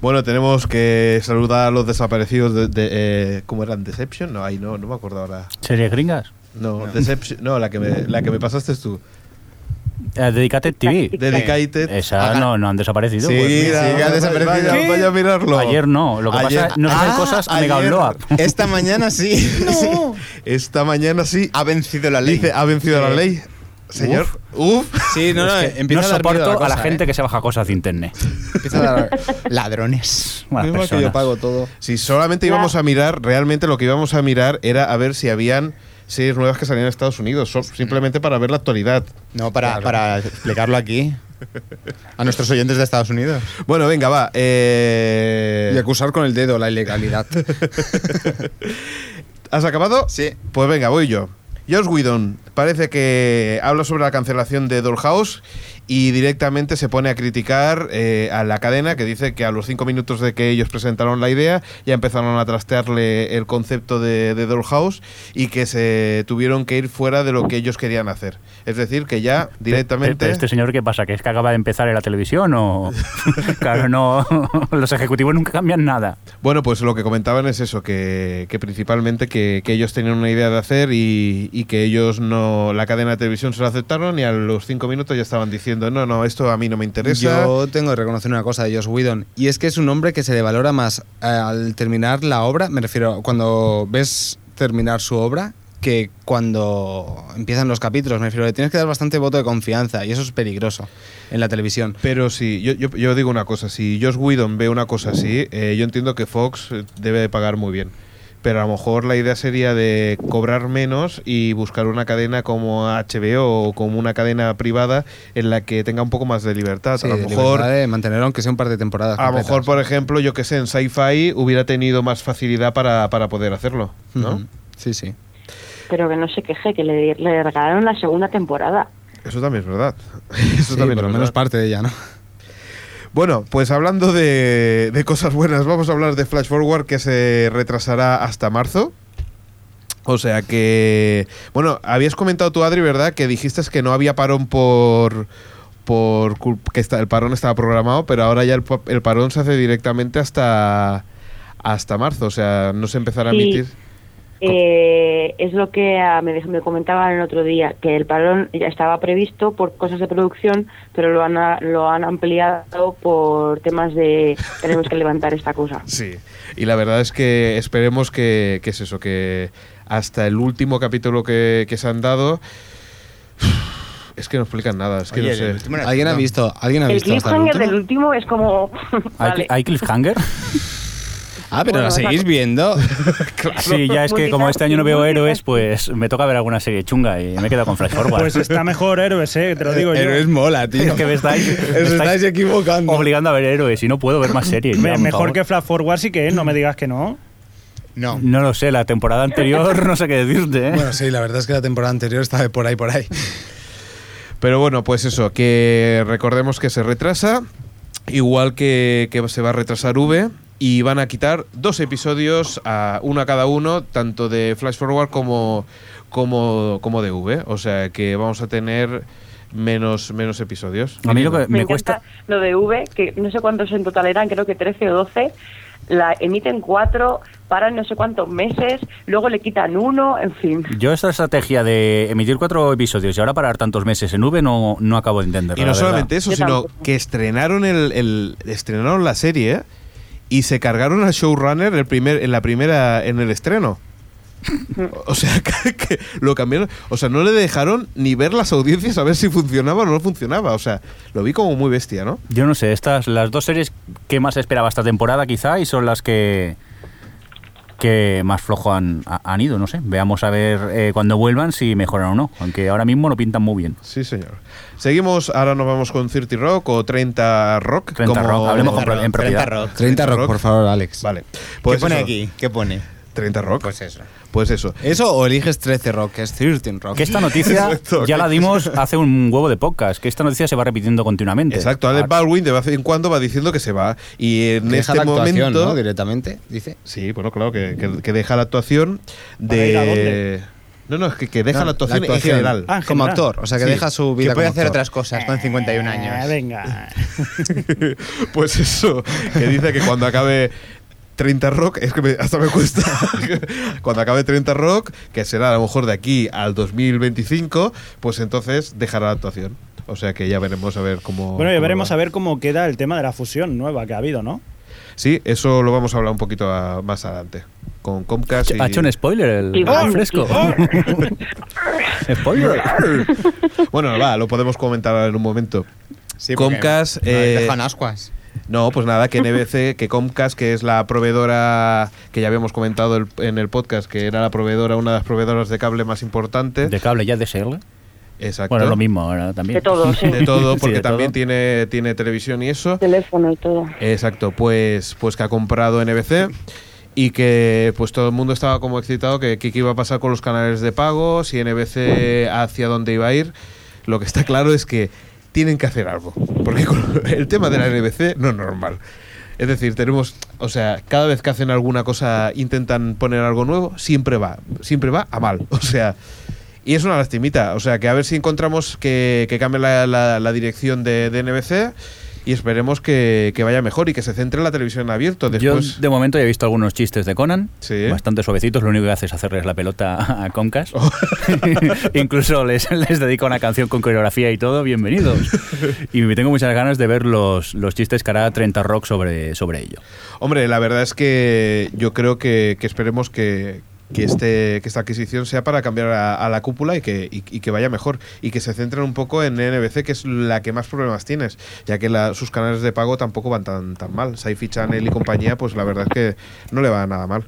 Bueno, tenemos que saludar a los desaparecidos de. de, eh, ¿Cómo eran? ¿Deception? No, ahí no, no me acuerdo ahora. ¿Series gringas? No, Deception. No, la que me, la que me pasaste es tú. Eh, Dedicated TV. Dedicated. Esa no, no han desaparecido. Sí, pues. mira, sí, que ha desaparecido. Vaya, ¿Qué? vaya a mirarlo. Ayer no, lo que Ayer- pasa es no hacer cosas a ayer. Mega Upload. Esta mañana [laughs] sí. No. Esta mañana sí. Ha vencido la ley. Dice, ha vencido la ley. Señor. Uf. Sí, [laughs] no, no, No empieza a dar miedo soporto a la cosa, gente eh. que se baja cosas de internet. [laughs] Empieza a dar- Ladrones. Buenas Menos mal que personas. yo pago todo. Si solamente íbamos a mirar, realmente lo que íbamos a mirar era a ver si habían series nuevas que salían en Estados Unidos, so- simplemente para ver la actualidad. No, para, para explicarlo aquí. A nuestros oyentes de Estados Unidos. Bueno, venga, va. eh, Y acusar con el dedo la [laughs] ilegalidad. ¿Has acabado? Sí. Pues venga, voy yo. Josh Whedon parece que habla sobre la cancelación de Dollhouse y directamente se pone a criticar eh, a la cadena que dice que a los cinco minutos de que ellos presentaron la idea ya empezaron a trastearle el concepto de, de Dollhouse y que se tuvieron que ir fuera de lo que ellos querían hacer. Es decir, que ya Pero directamente... ¿Este señor qué pasa? ¿Que es que acaba de empezar en la televisión [laughs] o...? claro, no... [laughs] Los ejecutivos nunca cambian nada. Bueno, pues lo que comentaban es eso, que, que principalmente que, que ellos tenían una idea de hacer y, y que ellos no, la cadena de televisión se lo aceptaron y a los cinco minutos ya estaban diciendo, no, no, esto a mí no me interesa. Yo tengo que reconocer una cosa de Josh Whedon, y es que es un hombre que se le valora más eh, al terminar la obra, me refiero, cuando ves terminar su obra, que cuando empiezan los capítulos, me refiero, le tienes que dar bastante voto de confianza, y eso es peligroso en la televisión. Pero sí, yo, yo- yo digo una cosa, si Josh Whedon ve una cosa así, eh, yo entiendo que Fox eh, debe de pagar muy bien. Pero a lo mejor la idea sería de cobrar menos y buscar una cadena como HBO o como una cadena privada en la que tenga un poco más de libertad. Sí, a lo de mejor libertad de mantener aunque sea un par de temporadas. A lo completas. mejor, por ejemplo, yo que sé, en Sci-Fi hubiera tenido más facilidad para, para poder hacerlo, ¿no? Ujú. Sí, sí. Pero que no se queje, que le, le regalaron la segunda temporada. Eso también es verdad. [laughs] Eso Sí, también por es lo menos verdad. parte de ella, ¿no? Bueno, pues hablando de, de cosas buenas, vamos a hablar de Flash Forward que se retrasará hasta marzo. O sea que, bueno, habías comentado tú, Adri, ¿verdad? Que dijiste que no había parón por por cul- que está, el parón estaba programado, pero ahora ya el, pa- el parón se hace directamente hasta hasta marzo, o sea, no se empezará Sí. a emitir. Eh, es lo que ah, me, dej- me comentaban el otro día, que el parón ya estaba previsto por cosas de producción, pero lo han, a- lo han ampliado por temas de tenemos que levantar esta [laughs] cosa. Sí, y la verdad es que esperemos que, que es eso, que hasta el último capítulo que, que se han dado... [sighs] Es que no explican nada, es que Oye, no sé. el último era- ¿Alguien ha no. visto? ¿Alguien ha El visto hasta el cliffhanger último? del último es como... [laughs] ¿Hay, vale. hay cliffhanger? Ah, pero Bueno, la esa- seguís viendo. [laughs] sí, ya es que como este año no veo héroes, pues me toca ver alguna serie chunga y me he quedado con Flash Forward. Pues está mejor héroes, eh, te lo digo yo. Héroes mola, tío. Es que me estáis, me [laughs] Os estáis estáis equivocando. obligando a ver héroes y no puedo ver más series. Me- ya, por mejor favor. que Flash Forward sí que es, no me digas que no. No. No lo sé, la temporada anterior [laughs] no sé qué decirte, ¿eh? Bueno, sí, la verdad es que la temporada anterior estaba por ahí, [laughs] por ahí. Pero bueno, pues eso, que recordemos que se retrasa, igual que, que se va a retrasar V, y van a quitar dos episodios, a uno a cada uno, tanto de Flash Forward como, como, como de V. O sea que vamos a tener menos, menos episodios. a mí lo que me, me, encanta cuesta... lo de V, que no sé cuántos en total eran, creo que 13 o 12. la emiten cuatro, paran no sé cuántos meses, luego le quitan uno, en fin. Yo esta estrategia de emitir cuatro episodios y ahora parar tantos meses en V no, no acabo de entenderla. Y no la verdad. solamente eso, Yo sino tampoco. que estrenaron el, el- estrenaron la serie y se cargaron al showrunner el primer, en la primera en el [laughs] estreno. O sea, [laughs] que, que lo cambiaron. O sea, no le dejaron ni ver las audiencias a ver si funcionaba o no funcionaba. O sea, lo vi como muy bestia, ¿no? Yo no sé, estas las dos series que más esperaba esta temporada quizá y son las que que más flojo han, ha- han ido, no sé. Veamos a ver eh, cuando vuelvan si mejoran o no, aunque ahora mismo lo pintan muy bien. Sí, señor. Seguimos, ahora nos vamos con 30 Rock o 30 Rock. 30 Rock, hablemos con pro- en propiedad. 30 rock. 30 rock, Rock. por favor, Alex. Vale. ¿Qué Pues pone eso, aquí? ¿Qué pone? 30 Rock. Pues eso. Pues eso. Eso o eliges 13 rock, que es 13 rock. Que esta noticia [laughs] Exacto. ya la dimos hace un huevo de podcast, que esta noticia se va repitiendo continuamente. Exacto, Alec Ah, Baldwin de vez en cuando va diciendo que se va. Y en Que deja este la actuación, momento. ¿no? Directamente, dice. Sí, bueno, claro, que, que- que deja la actuación ¿Para ir a de. dónde? No, no, es que, que deja No, la, actuación en general. Ah, en como general. actor, o sea que Sí. deja su vida Que puede como hacer actor. otras cosas Eh, con 51 Ah, [laughs] años. venga. Pues eso, que dice que cuando acabe 30 Rock, es que me- hasta me cuesta. [laughs] cuando acabe 30 Rock, que será a lo mejor de aquí al 2025, pues entonces dejará la actuación. O sea que ya veremos a ver cómo. Bueno, ya cómo veremos va. a ver cómo queda el tema de la fusión nueva que ha habido, ¿no? Sí, eso lo vamos a hablar un poquito a- más adelante. Con Comcast. y- Ha hecho un spoiler el, Y el bueno, Oh, fresco. [laughs] spoiler. bueno, va, lo podemos comentar en un momento. Sí, porque Comcast. no les eh, dejan ascuas. No, pues nada, que NBC, que Comcast, que es la proveedora que ya habíamos comentado el- en el podcast, que era la proveedora, una de las proveedoras de cable más importante. De cable ya de serle. Exacto. Bueno, lo mismo ahora también. De todo, sí. De todo, [laughs] Sí, porque de todo. también Tiene, tiene televisión y eso. Teléfono y todo. Exacto, pues, pues que ha comprado NBC y que pues todo el mundo estaba como excitado que que qué iba a pasar con los canales de pago, si NBC hacia dónde iba a ir. Lo que está claro es que tienen que hacer algo, porque con- [laughs] el tema de la NBC no es normal. Es decir, tenemos, o sea, cada vez que hacen alguna cosa, intentan poner algo nuevo, siempre va, siempre va a mal. [laughs] O sea, y es una lastimita. O sea, que a ver si encontramos que, que cambie la, la- la dirección de, de NBC y esperemos que, que vaya mejor y que se centre en la televisión en abierto. Después. Yo de momento ya he visto algunos chistes de Conan, Sí. bastante suavecitos, lo único que hace es hacerles la pelota a Concas. Oh. [laughs] Incluso les, les dedico una canción con coreografía y todo, bienvenidos. [laughs] y me tengo muchas ganas de ver los, los chistes que hará 30 Rock sobre, sobre ello. Hombre, la verdad es que yo creo que, que esperemos que, que este, que esta adquisición sea para cambiar a, a la cúpula y que, y- y que vaya mejor. Y que se centren un poco en NBC, que es la que más problemas tienes, ya que la- sus canales de pago tampoco van tan, tan mal. Sci-Fi Channel y compañía, pues la verdad es que no le va nada mal.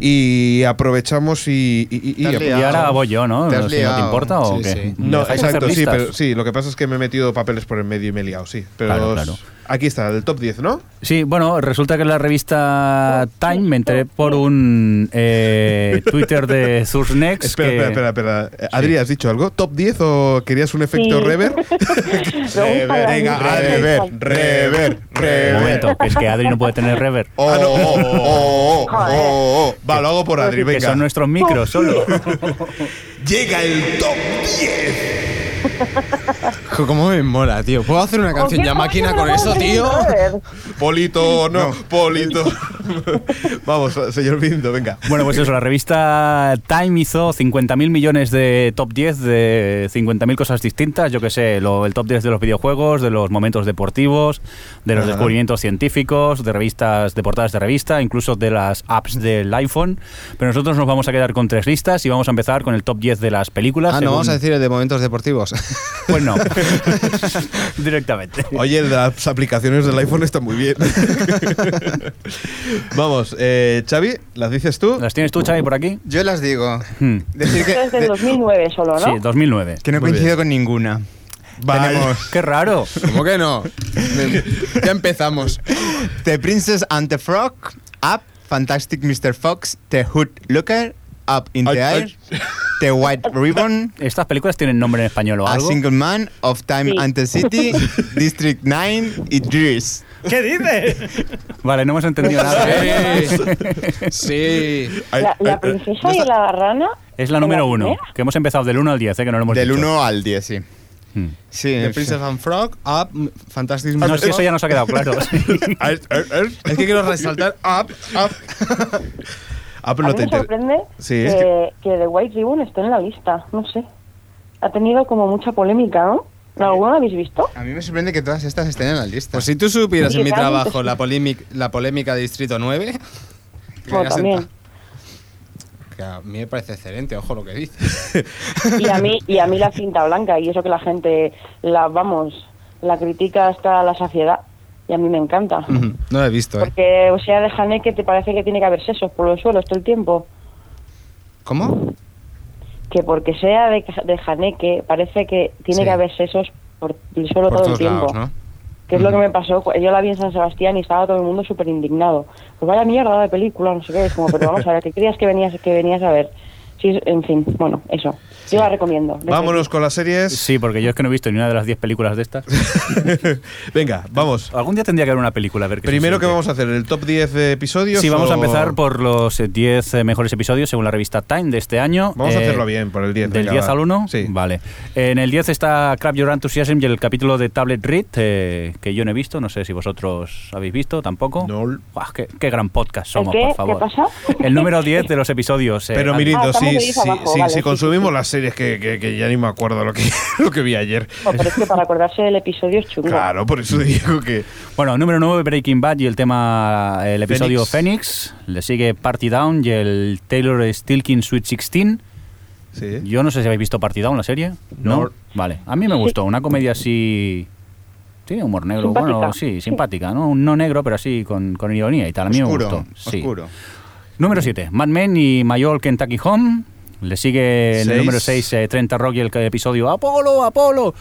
Y aprovechamos y... y- y- y- Te has Y liado. ahora voy yo, ¿no? Te has Si no te liado. importa o Sí, qué. sí. ¿Me No, dejáis hacer exacto, sí, listas? pero sí, lo que pasa es que me he metido papeles por el medio y me he liado, sí. Pero Claro, os- claro. aquí está, el top 10, ¿no? Sí, bueno, resulta que la revista Time me enteré por un eh, Twitter de Zursnex. Espera, que- espera, espera, espera. Eh, Adri, ¿has dicho algo? ¿Top 10 o querías un efecto Sí. [laughs] rever? Luego para venga, mí, Adri, para mí. rever, Un momento, que es que Adri no puede tener rever. Oh, oh, oh, oh, oh, Joder. oh, oh. Va, lo hago por Adri, Que venga. son nuestros micros solo. Llega el top 10. Jo, ¿Cómo me mola, tío? ¿Puedo hacer una canción ¿Qué ya máquina coño con me eso, pones tío? un rever? Polito, no, [laughs] Polito. Vamos, señor Bindo, venga. Bueno, pues eso, la revista Time hizo 50.000 millones de top 10 de 50.000 cosas distintas, yo que sé, lo- el top 10 de los videojuegos, de los momentos deportivos, de los Ajá. descubrimientos científicos, de revistas, de portadas de revista, incluso de las apps del iPhone. Pero nosotros nos vamos a quedar con tres listas y vamos a empezar con el top 10 de las películas. Ah, no, según- vamos a decir el de momentos deportivos. [laughs] Pues [laughs] no, directamente. Oye, el de las aplicaciones del iPhone está muy [laughs] bien. [laughs] Vamos, eh, Xavi, ¿las dices tú? ¿Las tienes tú, Xavi, por aquí? Yo las digo. Hmm. Decir que, eh, Esto es del de- 2009 solo, ¿no? Sí, 2009. que no Muy coincido con ninguna. Vaya. Tenemos ¡Qué raro! ¿Cómo que no? Me- ya empezamos. The Princess and the Frog, Up, Fantastic Mr. Fox, The Hood Looker, Up in the Ay, Air, The White Ribbon, ¿Estas películas tienen nombre en español o Ah, A algo? Single Man, Of Time Sí. and the [laughs] City, District 9 y Drees. ¿Qué dices? Vale, no hemos entendido nada. [laughs] Sí. sí. Eh, Ay, la, la ay, ay. princesa y la rana. Es la número ¿La uno, primera? que hemos empezado del 1 al 10, eh, que no lo hemos Del dicho. 1 al 10, sí. Hmm. Sí, The sí. Princess and Frog, Up, Fantastic No, Mr. es que eso ya nos ha [laughs] quedado claro. sí. Es que quiero resaltar Up, Up. [laughs] Ah, pero A no mí te me inter- sorprende Sí, que, es que The White Ribbon esté en la lista, no sé. Ha tenido como mucha polémica, ¿no? ¿Alguna la habéis visto? A mí me sorprende que todas estas estén en la lista. Pues si tú supieras en mi Quizá trabajo antes- la, polémica la polémica de Distrito 9. Bueno, también. Que a mí me parece excelente, ojo lo que dices. [laughs] Y a mí y a mí la cinta blanca y eso que la gente la vamos la critica hasta la saciedad y a mí me encanta. No lo he visto, ¿eh? Porque o sea, de Haneke te parece que tiene que haber sesos por los suelos todo el tiempo. ¿Cómo? Que porque sea de, de Haneke parece que tiene Sí. que haber sesos por el suelo Por todo el todos tiempo. lados, ¿no? Que es lo que me pasó. cu- Yo la vi en San Sebastián y estaba todo el mundo súper indignado. Pues vaya mierda de película, no sé qué. Es como, pero vamos a ver, ¿qué creías que venías, que venías a ver? Sí, es- en fin, bueno, eso. Yo la recomiendo. Vámonos con las series. Sí, porque yo es que no he visto ni una de las 10 películas de estas. [laughs] Venga, vamos. Algún día tendría que haber una película, a ver qué se Primero, ¿qué siente. vamos a hacer? ¿El top 10 de episodios? Sí, vamos a o- empezar por los eh, 10 eh, mejores episodios según la revista Time de este año. Vamos a Eh, hacerlo bien, por el 10. ¿Del venga, 10 va. al 1? Sí. Vale. En el 10 está Crab Your Enthusiasm y el capítulo de Tablet Read, eh, que yo no he visto, no sé si vosotros habéis visto tampoco. No. Buah, qué, qué gran podcast somos, qué? por favor. ¿Qué pasa? El número 10 de los episodios. eh, Pero al- Mirindo, Ah, estamos si, de 10 si- abajo, si- vale, si sí, sí, consumimos sí. las series que, que- que ya ni me acuerdo lo que, [laughs] lo que vi ayer. No, pero es que para acordarse del episodio es chungo. Claro, por eso digo que. Bueno, número 9, Breaking Bad y el tema, el episodio Phoenix. Le sigue Party Down y el Taylor Stilkin Sweet 16. Sí. Yo no sé si habéis visto Party Down, la serie. No. Vale, a mí me gustó. Una comedia así. Sí, humor negro. Simpática. Bueno, sí, simpática, ¿no? Un No negro, pero así con, con ironía y tal. A mí oscuro, me gustó. Sí. oscuro. Número 7, Mad Men y Mayol Kentucky Home. Le sigue en el Seis. número 6, 30 Rock y el episodio Apolo, Apolo.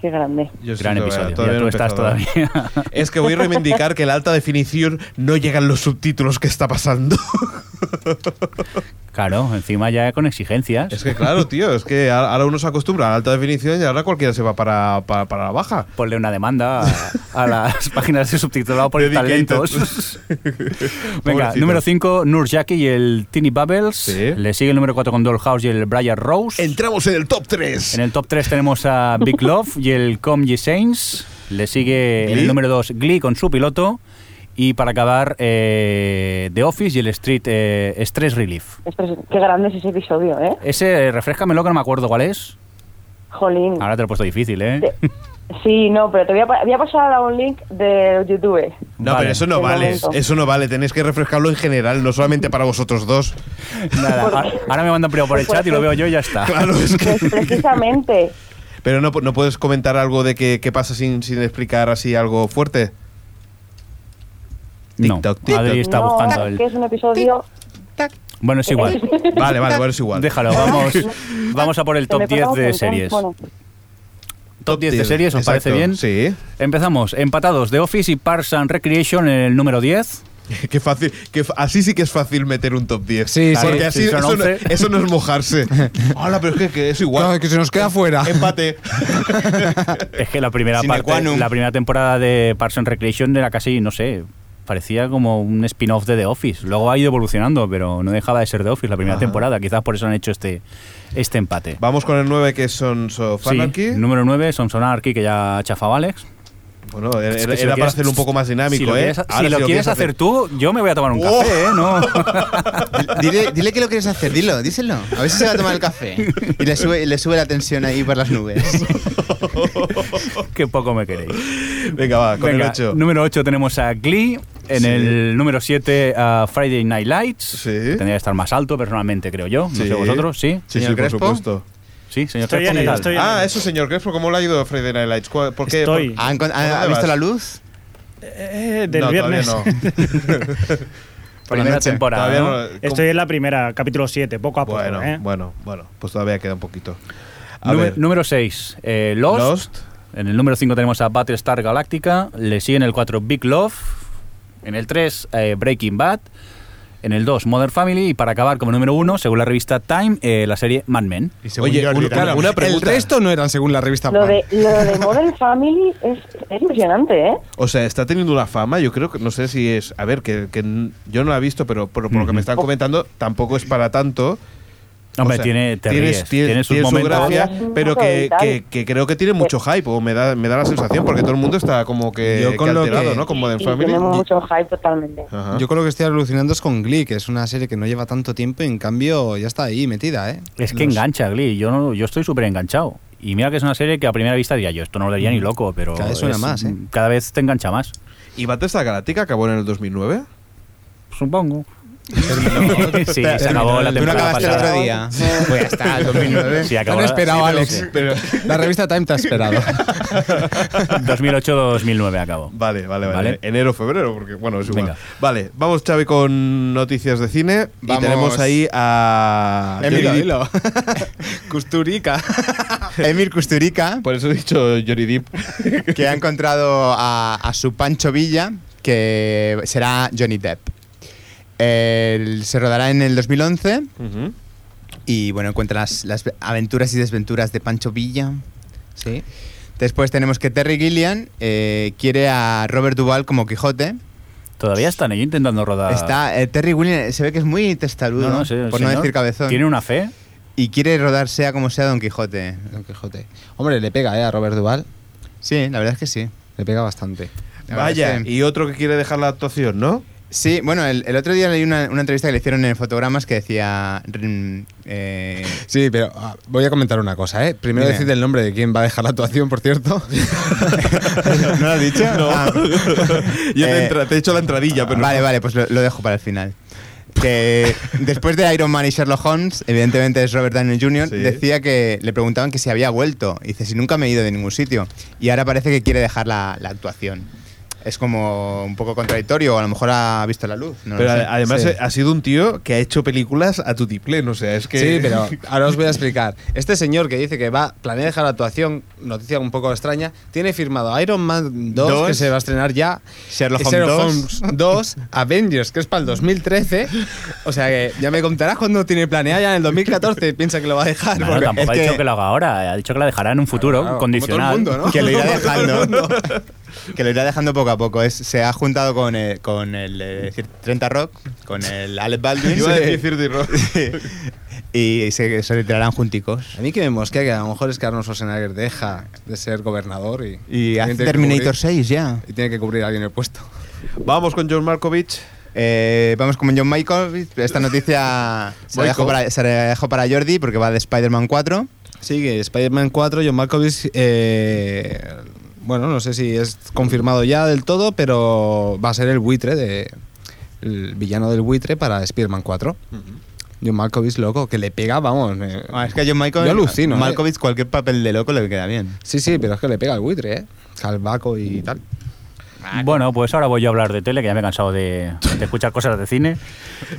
Qué grande. Yo estoy Gran todavía- episodio. todavía no ya tú he estás empezado. ¿eh? todavía. [laughs] Es que voy a reivindicar que la alta definición no llegan los subtítulos que está pasando. claro, encima ya con exigencias. Es que claro, tío, es que a- ahora uno se acostumbra a la alta definición y ahora cualquiera se va para, para, para la baja. Ponle una demanda a, [laughs] a las páginas de subtitulado por Dedicated. [laughs] talentos. Venga, Pobrecito. número 5, Nur Jackie y el Tiny Bubbles. Sí. Le sigue el número 4 con Dollhouse y el Briar Rose. Entramos en el top 3. En el top 3 tenemos a Big Love y el Com Ye Saints. Le sigue en Glee. el número 2 Glee con su piloto. Y para acabar, eh, The Office y el Street eh, Stress Relief. Es pres- Qué grande es ese episodio, ¿eh? Ese, eh, refrescamelo que no me acuerdo cuál es. Jolín. Ahora te lo he puesto difícil, ¿eh? Te- Sí, no, pero te voy a, pa- voy a pasar a un link de YouTube. No, Vale. pero eso no De vale, momento. eso no vale, tenéis que refrescarlo en general, no solamente para vosotros dos. Nada, ahora- ahora me mandan primero por el chat y lo veo yo y ya [laughs] está. Claro, es que... Pues precisamente, Pero no, no puedes comentar algo de que, que pasa sin, sin explicar así algo fuerte. No, TikTok, Adri TikTok. [laughs] está no, buscando el... que es un episodio Bueno, es igual. Vale, [laughs] vale, bueno, es igual. Déjalo, vamos, vamos a por el que me top 10 pasaba de con- series. ¿eh? bueno, Top 10 de 10, series, ¿os exacto, parece bien? Sí. [laughs] Empezamos, empatados, The Office y Parks and Recreation en el número 10. Qué fácil, que fa- así sí que es fácil meter un top 10. Sí, sí, Porque sí, así sí, son eso, no, 11. eso no es mojarse. [laughs] Ah, Hola, pero es que, que es igual. Claro, que se nos [laughs] queda fuera. Empate. Es que la primera Sine qua parte, non. la primera temporada de Parks and Recreation era casi, no sé, parecía como un spin-off de The Office. Luego ha ido evolucionando, pero no dejaba de ser The Office la primera Ajá. temporada. Quizás por eso han hecho este, este empate. Vamos con el 9 que es Sons of Sí, Anarchy. número 9, Samson Anarchy, que ya chafaba Alex. Bueno, era, Es que si era lo para quieres- hacerlo un poco más dinámico, si lo ¿eh? quieres, Ahora, si lo quieres hacer, tú, yo me voy a tomar un ¡Oh! café, ¿eh? No. [laughs] Dile, dile que lo quieres hacer, dilo, díselo. A ver si se va a tomar el café. Y le sube, y le sube la tensión ahí por las [laughs] nubes. Qué poco me queréis. [laughs] Venga, va, con Venga, el 8. Número 8 tenemos a Glee. En Sí. el número 7 a Friday Night Lights. Sí. que Tendría que estar más alto, personalmente, creo yo. No Sí. sé vosotros, ¿sí? Sí, sí, Señor por Crespo. supuesto. Sí, señor Estoy Crespo, en ¿qué ello, tal? estoy en Ah, ello. eso, señor Crespo, ¿cómo le ha ido Friday Night Lights? ¿Cuál- ¿Por qué? Estoy. Por- ¿Ha, encon- ha- ¿Dónde ha visto vas? la luz? Eh, del No, todavía [laughs] viernes. [laughs] Por la Primera noche. temporada. Todavía ¿no? no- Estoy en la primera, capítulo 7, poco a poco. Bueno, ¿eh? bueno, bueno, pues todavía queda un poquito. A Número- ver, Número 6, eh, Lost. Lost. En el número 5 tenemos a Battlestar Galactica. Le siguen el 4, Big Love. En el 3, Breaking Bad. En el 2, Modern Family. Y para acabar, como número 1, según la revista Time, eh, la serie Mad Men. Oye, un- claro, una pregunta. El resto no eran según la revista Lo Pan. de, lo de Modern Family es, es impresionante, ¿eh? O sea, está teniendo una fama, yo creo que, no sé si es, a ver, que, que n- yo no la he visto, pero por, por lo que me están comentando, tampoco es para tanto. O Hombre, sea, tiene, te tiene- ríes, tiene- tiene sus tiene su momentos. gracia, Gracias. pero que, que- que creo que tiene mucho Pues hype, o me da, me da la sensación, porque todo el mundo está como que, Yo con que lo alterado, que- ¿no? Con Modern Y Family. Ah, tenemos mucho hype totalmente. Ajá. Yo con lo que estoy alucinando es con Glee, que es una serie que no lleva tanto tiempo y en cambio ya está ahí metida, ¿eh? Es que Los- engancha, Glee. Yo, no, yo estoy súper enganchado. Y mira que es una serie que a primera vista diría yo, esto no lo Mm. leía ni loco, pero. Cada vez suena es- más, ¿eh? Cada vez te engancha más, ¿Y Battlestar Galáctica acabó en el 2009? [laughs] supongo. sí, Espera, se termina, tú no acabó la temporada acabaste el pasada. otro [laughs] día. Pues ya está, el 2009. Sí, Te acabó han la- esperado, sí, Alex. La revista Time te [laughs] ha esperado. 2008-2009 acabó. Vale, vale, vale. Vale. Enero, febrero, porque bueno, es igual. Venga. Vale, vamos Xavi con noticias de cine. Vamos. Y tenemos ahí a... Ah, Emilio, Johnny Depp. [laughs] dilo. [laughs] Custurica. Emir Kusturica, Por eso he dicho Johnny Depp. Pues, que ha encontrado a, a su Pancho Villa, que será Johnny Depp. El- se rodará en el 2011 Ujú. y bueno, encuentra las, las aventuras y desventuras de Pancho Villa. Sí. Después tenemos que Terry Gillian eh, quiere a Robert Duvall como Quijote. Todavía están ellos intentando rodar. Está eh, Terry Gillian, se ve que es muy testarudo, Ah. No, no, sí, el por no señor decir cabezón. Tiene una fe. Y quiere rodar sea como sea Don Quijote. Don Quijote. Hombre, le pega, ¿eh? A Robert Duval. Sí, la verdad es que sí. Le pega bastante. La Vaya, verdad es que- y otro que quiere dejar la actuación, ¿no? Sí, bueno, el, el otro día leí una, una entrevista que le hicieron en Fotogramas que decía... mm, eh, [laughs] Sí, pero ah, voy a comentar una cosa, ¿eh? Primero Dime. decid el nombre de quién va a dejar la actuación, por cierto. ¿No lo has dicho? No. Ah. Yo te, Eh, entra- te he hecho la entradilla, pero... Vale, vale, pues lo, lo dejo para el final. Que después de Iron Man y Sherlock Holmes, evidentemente es Robert Downey Jr., Sí. decía que le preguntaban que si había vuelto. Y dice, si nunca me he ido de ningún sitio. Y ahora parece que quiere dejar la, la actuación. Es como un poco contradictorio, o a lo mejor ha visto la luz. no lo Pero sé. a- además Sí. eh, ha sido un tío que ha hecho películas a tu tiplén, o sea, es que... Sí, [laughs] pero ahora os voy a explicar. Este señor que dice que va planea dejar la actuación, noticia un poco extraña, tiene firmado Iron Man 2, Dos. que se va a estrenar ya, Sherlock Holmes Sherlock 2. Holmes 2, [laughs] Avengers, que es para el 2013. O sea que ya me contarás cuando tiene planeado ya en el 2014, piensa que lo va a dejar. Claro, porque- tampoco ha es dicho que- que lo haga ahora. Ha dicho que la dejará en un futuro Claro, como todo el condicional. mundo, ¿no? que [laughs] lo irá dejando. que lo irá dejando poco a poco. Es- se ha juntado con, eh, con el eh, 30 Rock, con el Alec Baldwin. Iba a Sí. decir de [laughs] Rock. y se, se retirarán junticos. A mí que me mosquea que a lo mejor es que Arnold Schwarzenegger deja de ser gobernador y, Y hace tiene que Terminator cubrir- 6 ya. y tiene que cubrir a alguien el puesto. [laughs] Vamos con John Markovich. Eh, vamos con John Michael. Esta noticia se la, dejo Michael. para, se la dejo para Jordi porque va de Spider-Man 4. Sigue Spider-Man 4, John Malkovich. eh, bueno, no sé si es confirmado ya del todo, pero va a ser el buitre de. El villano del buitre para Spider-Man 4. John Malkovich, loco, que le pega, vamos. eh. Ah, es que a John Michael. Yo alucino, eh. Malkovich, cualquier papel de loco le queda bien. Sí, sí, pero es que le pega al buitre, ¿eh? Calvaco y tal. Bueno, pues ahora voy yo a hablar de tele, que ya me he cansado de, de escuchar cosas de cine.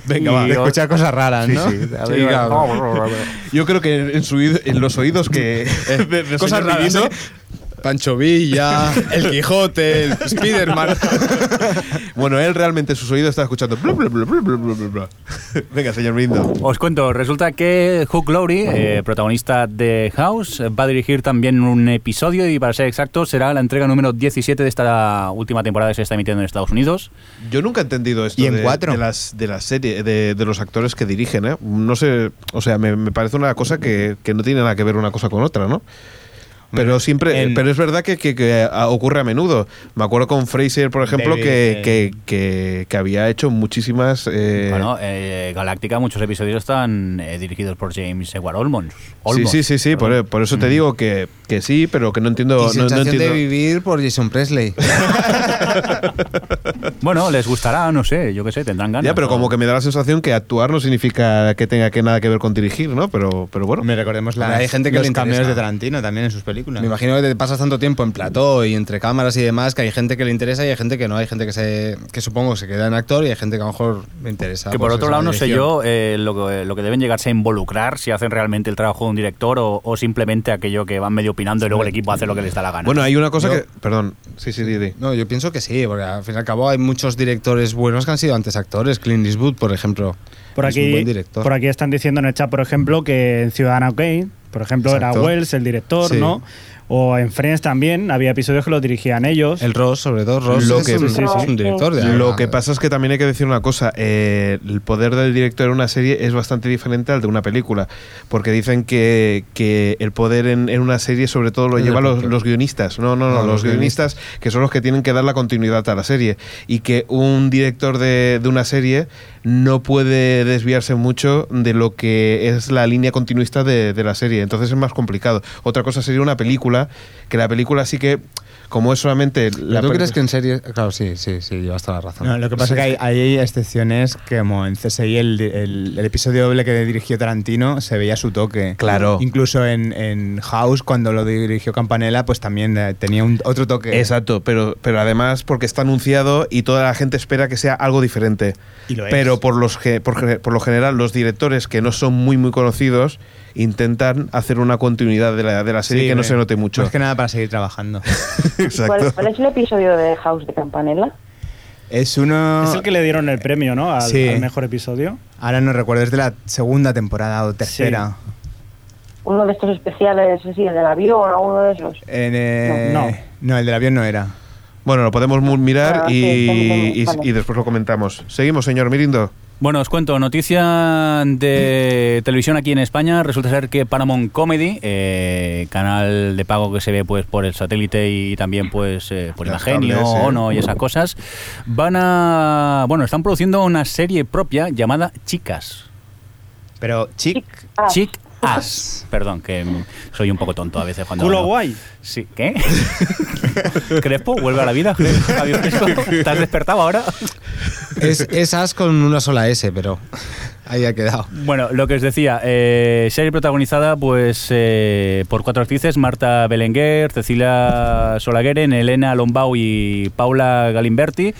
Venga, Y va. os- Escuchar cosas raras, ¿no? A ver, claro. Yo creo que en, su oído- en los oídos [laughs] que... de- Eh, de Cosas señor raras, Vivino, ¿eh? Pancho Villa, el Quijote, el Spider-Man. Bueno, él realmente en sus oídos está escuchando... blu, blu, blu, blu, blu, blu, blu. [laughs] Venga, señor Brindo. Os cuento, resulta que Hugh Laurie, eh, protagonista de House, va a dirigir también un episodio y para ser exacto será la entrega número 17 de esta última temporada que se está emitiendo en Estados Unidos. Yo nunca he entendido esto Y en de, cuatro. de las de la serie, de, de los actores que dirigen, ¿eh? No sé, o sea, me, me parece una cosa que, que no tiene nada que ver una cosa con otra, ¿no? Pero siempre, en- pero es verdad que, que- que, ah, ocurre a menudo. Me acuerdo con Fraser, por ejemplo, David, que, eh, que, que- que había hecho muchísimas. eh, Bueno, eh, Galáctica, muchos episodios están eh, dirigidos por James Edward Olmos. sí, Olmos. sí, sí, sí, por, por eso te digo que, que sí, pero que no entiendo. y no- no, sensación de entiendo. vivir por Jason Presley. Bueno, les gustará, no sé, yo qué sé, tendrán ganas. Ya, pero ¿no? como que me da la sensación que actuar no significa que tenga que nada que ver con dirigir, ¿no? Pero, pero bueno. Me recordemos las, Hombre, hay gente que los le interesa. cameos de Tarantino también en sus películas. Me imagino que te pasas tanto tiempo en plató y entre cámaras y demás que hay gente que le interesa y hay gente que no. Hay gente que se que supongo se queda en actor y hay gente que a lo mejor me interesa. Que por pues, otro esa lado, no sé dirección. yo eh, lo, que, lo que deben llegarse a involucrar, si hacen realmente el trabajo de un director o, o simplemente aquello que van medio opinando y luego el equipo hace lo que les da la gana. Bueno, hay una cosa Yo- que. Perdón. Sí, sí, di, di. No, yo pienso que sí, porque al fin y al cabo hay muchos directores buenos que han sido antes actores. Clint Eastwood, por ejemplo. Por es un aquí, buen director. por aquí están diciendo en el chat, por ejemplo, que en Ciudadana Kane, Por ejemplo, era Exacto. Wells, el director, Sí. ¿no? O en Friends también había episodios que los dirigían ellos. El Ross, sobre todo, Ross Lo es, que- un, sí, sí. es un director de Lo que pasa es que también hay que decir una cosa, eh, el poder del director en una serie es bastante diferente al de una película, porque dicen que, que el poder en, en una serie sobre todo lo El llevan los, director. los guionistas, no, no, no, No, los, Ah, los guionistas, que son los que tienen que dar la continuidad a la serie, y que un director de, de una serie no puede desviarse mucho de lo que es la línea continuista de, de la serie, entonces es más complicado. Otra cosa sería una película, que la película sí que... Como es solamente la ¿Pero ¿Tú peli- crees que en serie...? Claro, sí, sí, sí, llevas toda la razón. No, lo que pasa Pues es que hay, hay excepciones, que como en CSI el, el- el episodio doble que dirigió Tarantino se veía su toque. Claro. Incluso en, en House, cuando lo dirigió Campanella, pues también eh, tenía un, otro toque. Exacto, pero, pero además porque está anunciado y toda la gente espera que sea algo diferente. Y lo es. Pero por, los, ge- por, ge- por lo general los directores que no son muy muy conocidos intentan hacer una continuidad de la, de la serie Sí, que no eh, se note mucho. Más que nada para seguir [laughs] trabajando. ¿Cuál, cuál es el episodio de House de Campanella? es uno... Es el que le dieron el premio, ¿no? Al, Sí. al mejor episodio. Ahora no recuerdo, es de la segunda temporada o tercera. Uno de estos especiales, así, el del avión o uno de esos. En, eh, No, no. no, el del avión no era. Bueno, lo podemos mu- mirar Ah, y, sí, y- vale. y después lo comentamos. Seguimos, señor Mirindo. Bueno, os cuento, noticia de televisión aquí en España. Resulta ser que Paramount Comedy, eh, canal de pago que se ve pues por el satélite y también pues eh, por Las Imagenio, cables, eh. Ono y esas cosas, van a... Bueno, están produciendo una serie propia llamada Chicas. Pero Chic, Ah, Chic As. Perdón, que mm, soy un poco tonto a veces cuando... Culo hablo. guay. Sí, ¿qué? [laughs] ¿Crespo? ¿Vuelve a la vida? Javier Crespo, ¿Te has despertado ahora? Es, es As con una sola S, pero ahí ha quedado. Bueno, lo que os decía, eh, serie protagonizada pues eh, por cuatro actrices, Marta Belenguer, Cecilia Solagueren, Elena Lombau y Paula Galimberti.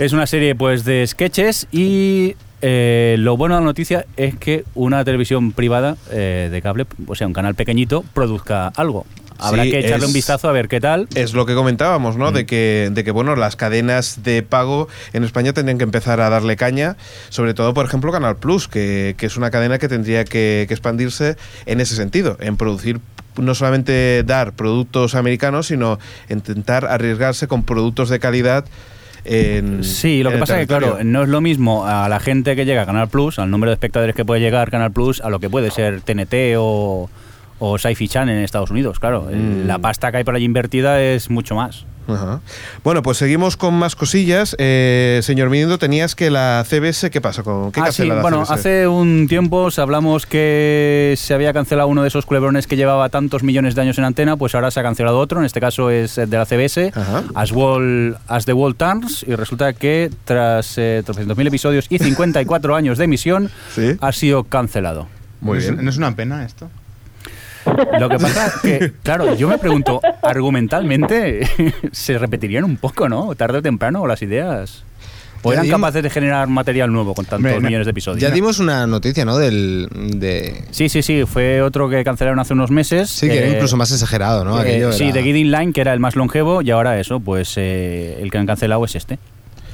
Es una serie pues de sketches y eh, lo bueno de la noticia es que una televisión privada eh, de cable, o sea, un canal pequeñito, produzca algo. Habrá Sí, que echarle es- un vistazo a ver qué tal. Es lo que comentábamos, ¿no? Mm. De, que, de que, bueno, las cadenas de pago en España tendrían que empezar a darle caña, sobre todo, por ejemplo, Canal Plus, que, que es una cadena que tendría que, que expandirse en ese sentido, en producir no solamente dar productos americanos, sino intentar arriesgarse con productos de calidad. En, Sí, lo en que el pasa es que, Eh, territorio. claro, no es lo mismo a la gente que llega a Canal Plus, al número de espectadores que puede llegar Canal Plus, a lo que puede ser TNT o, o Sci-Fi Channel en Estados Unidos. Claro, Eh, Mm. la pasta que hay por allí invertida es mucho más. Ajá. Bueno, pues seguimos con más cosillas. Eh, señor Mirindo, tenías que la CBS, ¿qué pasa con qué Ah, sí, cancela la bueno, CBS? hace un tiempo os hablamos que se había cancelado uno de esos culebrones que llevaba tantos millones de años en antena, pues ahora se ha cancelado otro, en este caso es eh, de la CBS, Ajá. As, Wall- As the World Turns, y resulta que tras eh, 300.000 episodios y 54 años de emisión, Sí. ha sido cancelado. Muy ¿No es- bien. ¿No es una pena esto? Lo que pasa es que, claro, yo me pregunto, argumentalmente [laughs] se repetirían un poco, ¿no? Tarde o temprano las ideas. O Ya eran dim- capaces de generar material nuevo con tantos Hombre, no. millones de episodios. Ya dimos una noticia, ¿no? Del, de... Sí, sí, sí, fue otro que cancelaron hace unos meses. Sí, que era eh, incluso más exagerado, ¿no? eh, Aquello sí, era- de [laughs] Gideon Line, que era el más longevo, y ahora eso, pues eh, el que han cancelado es este.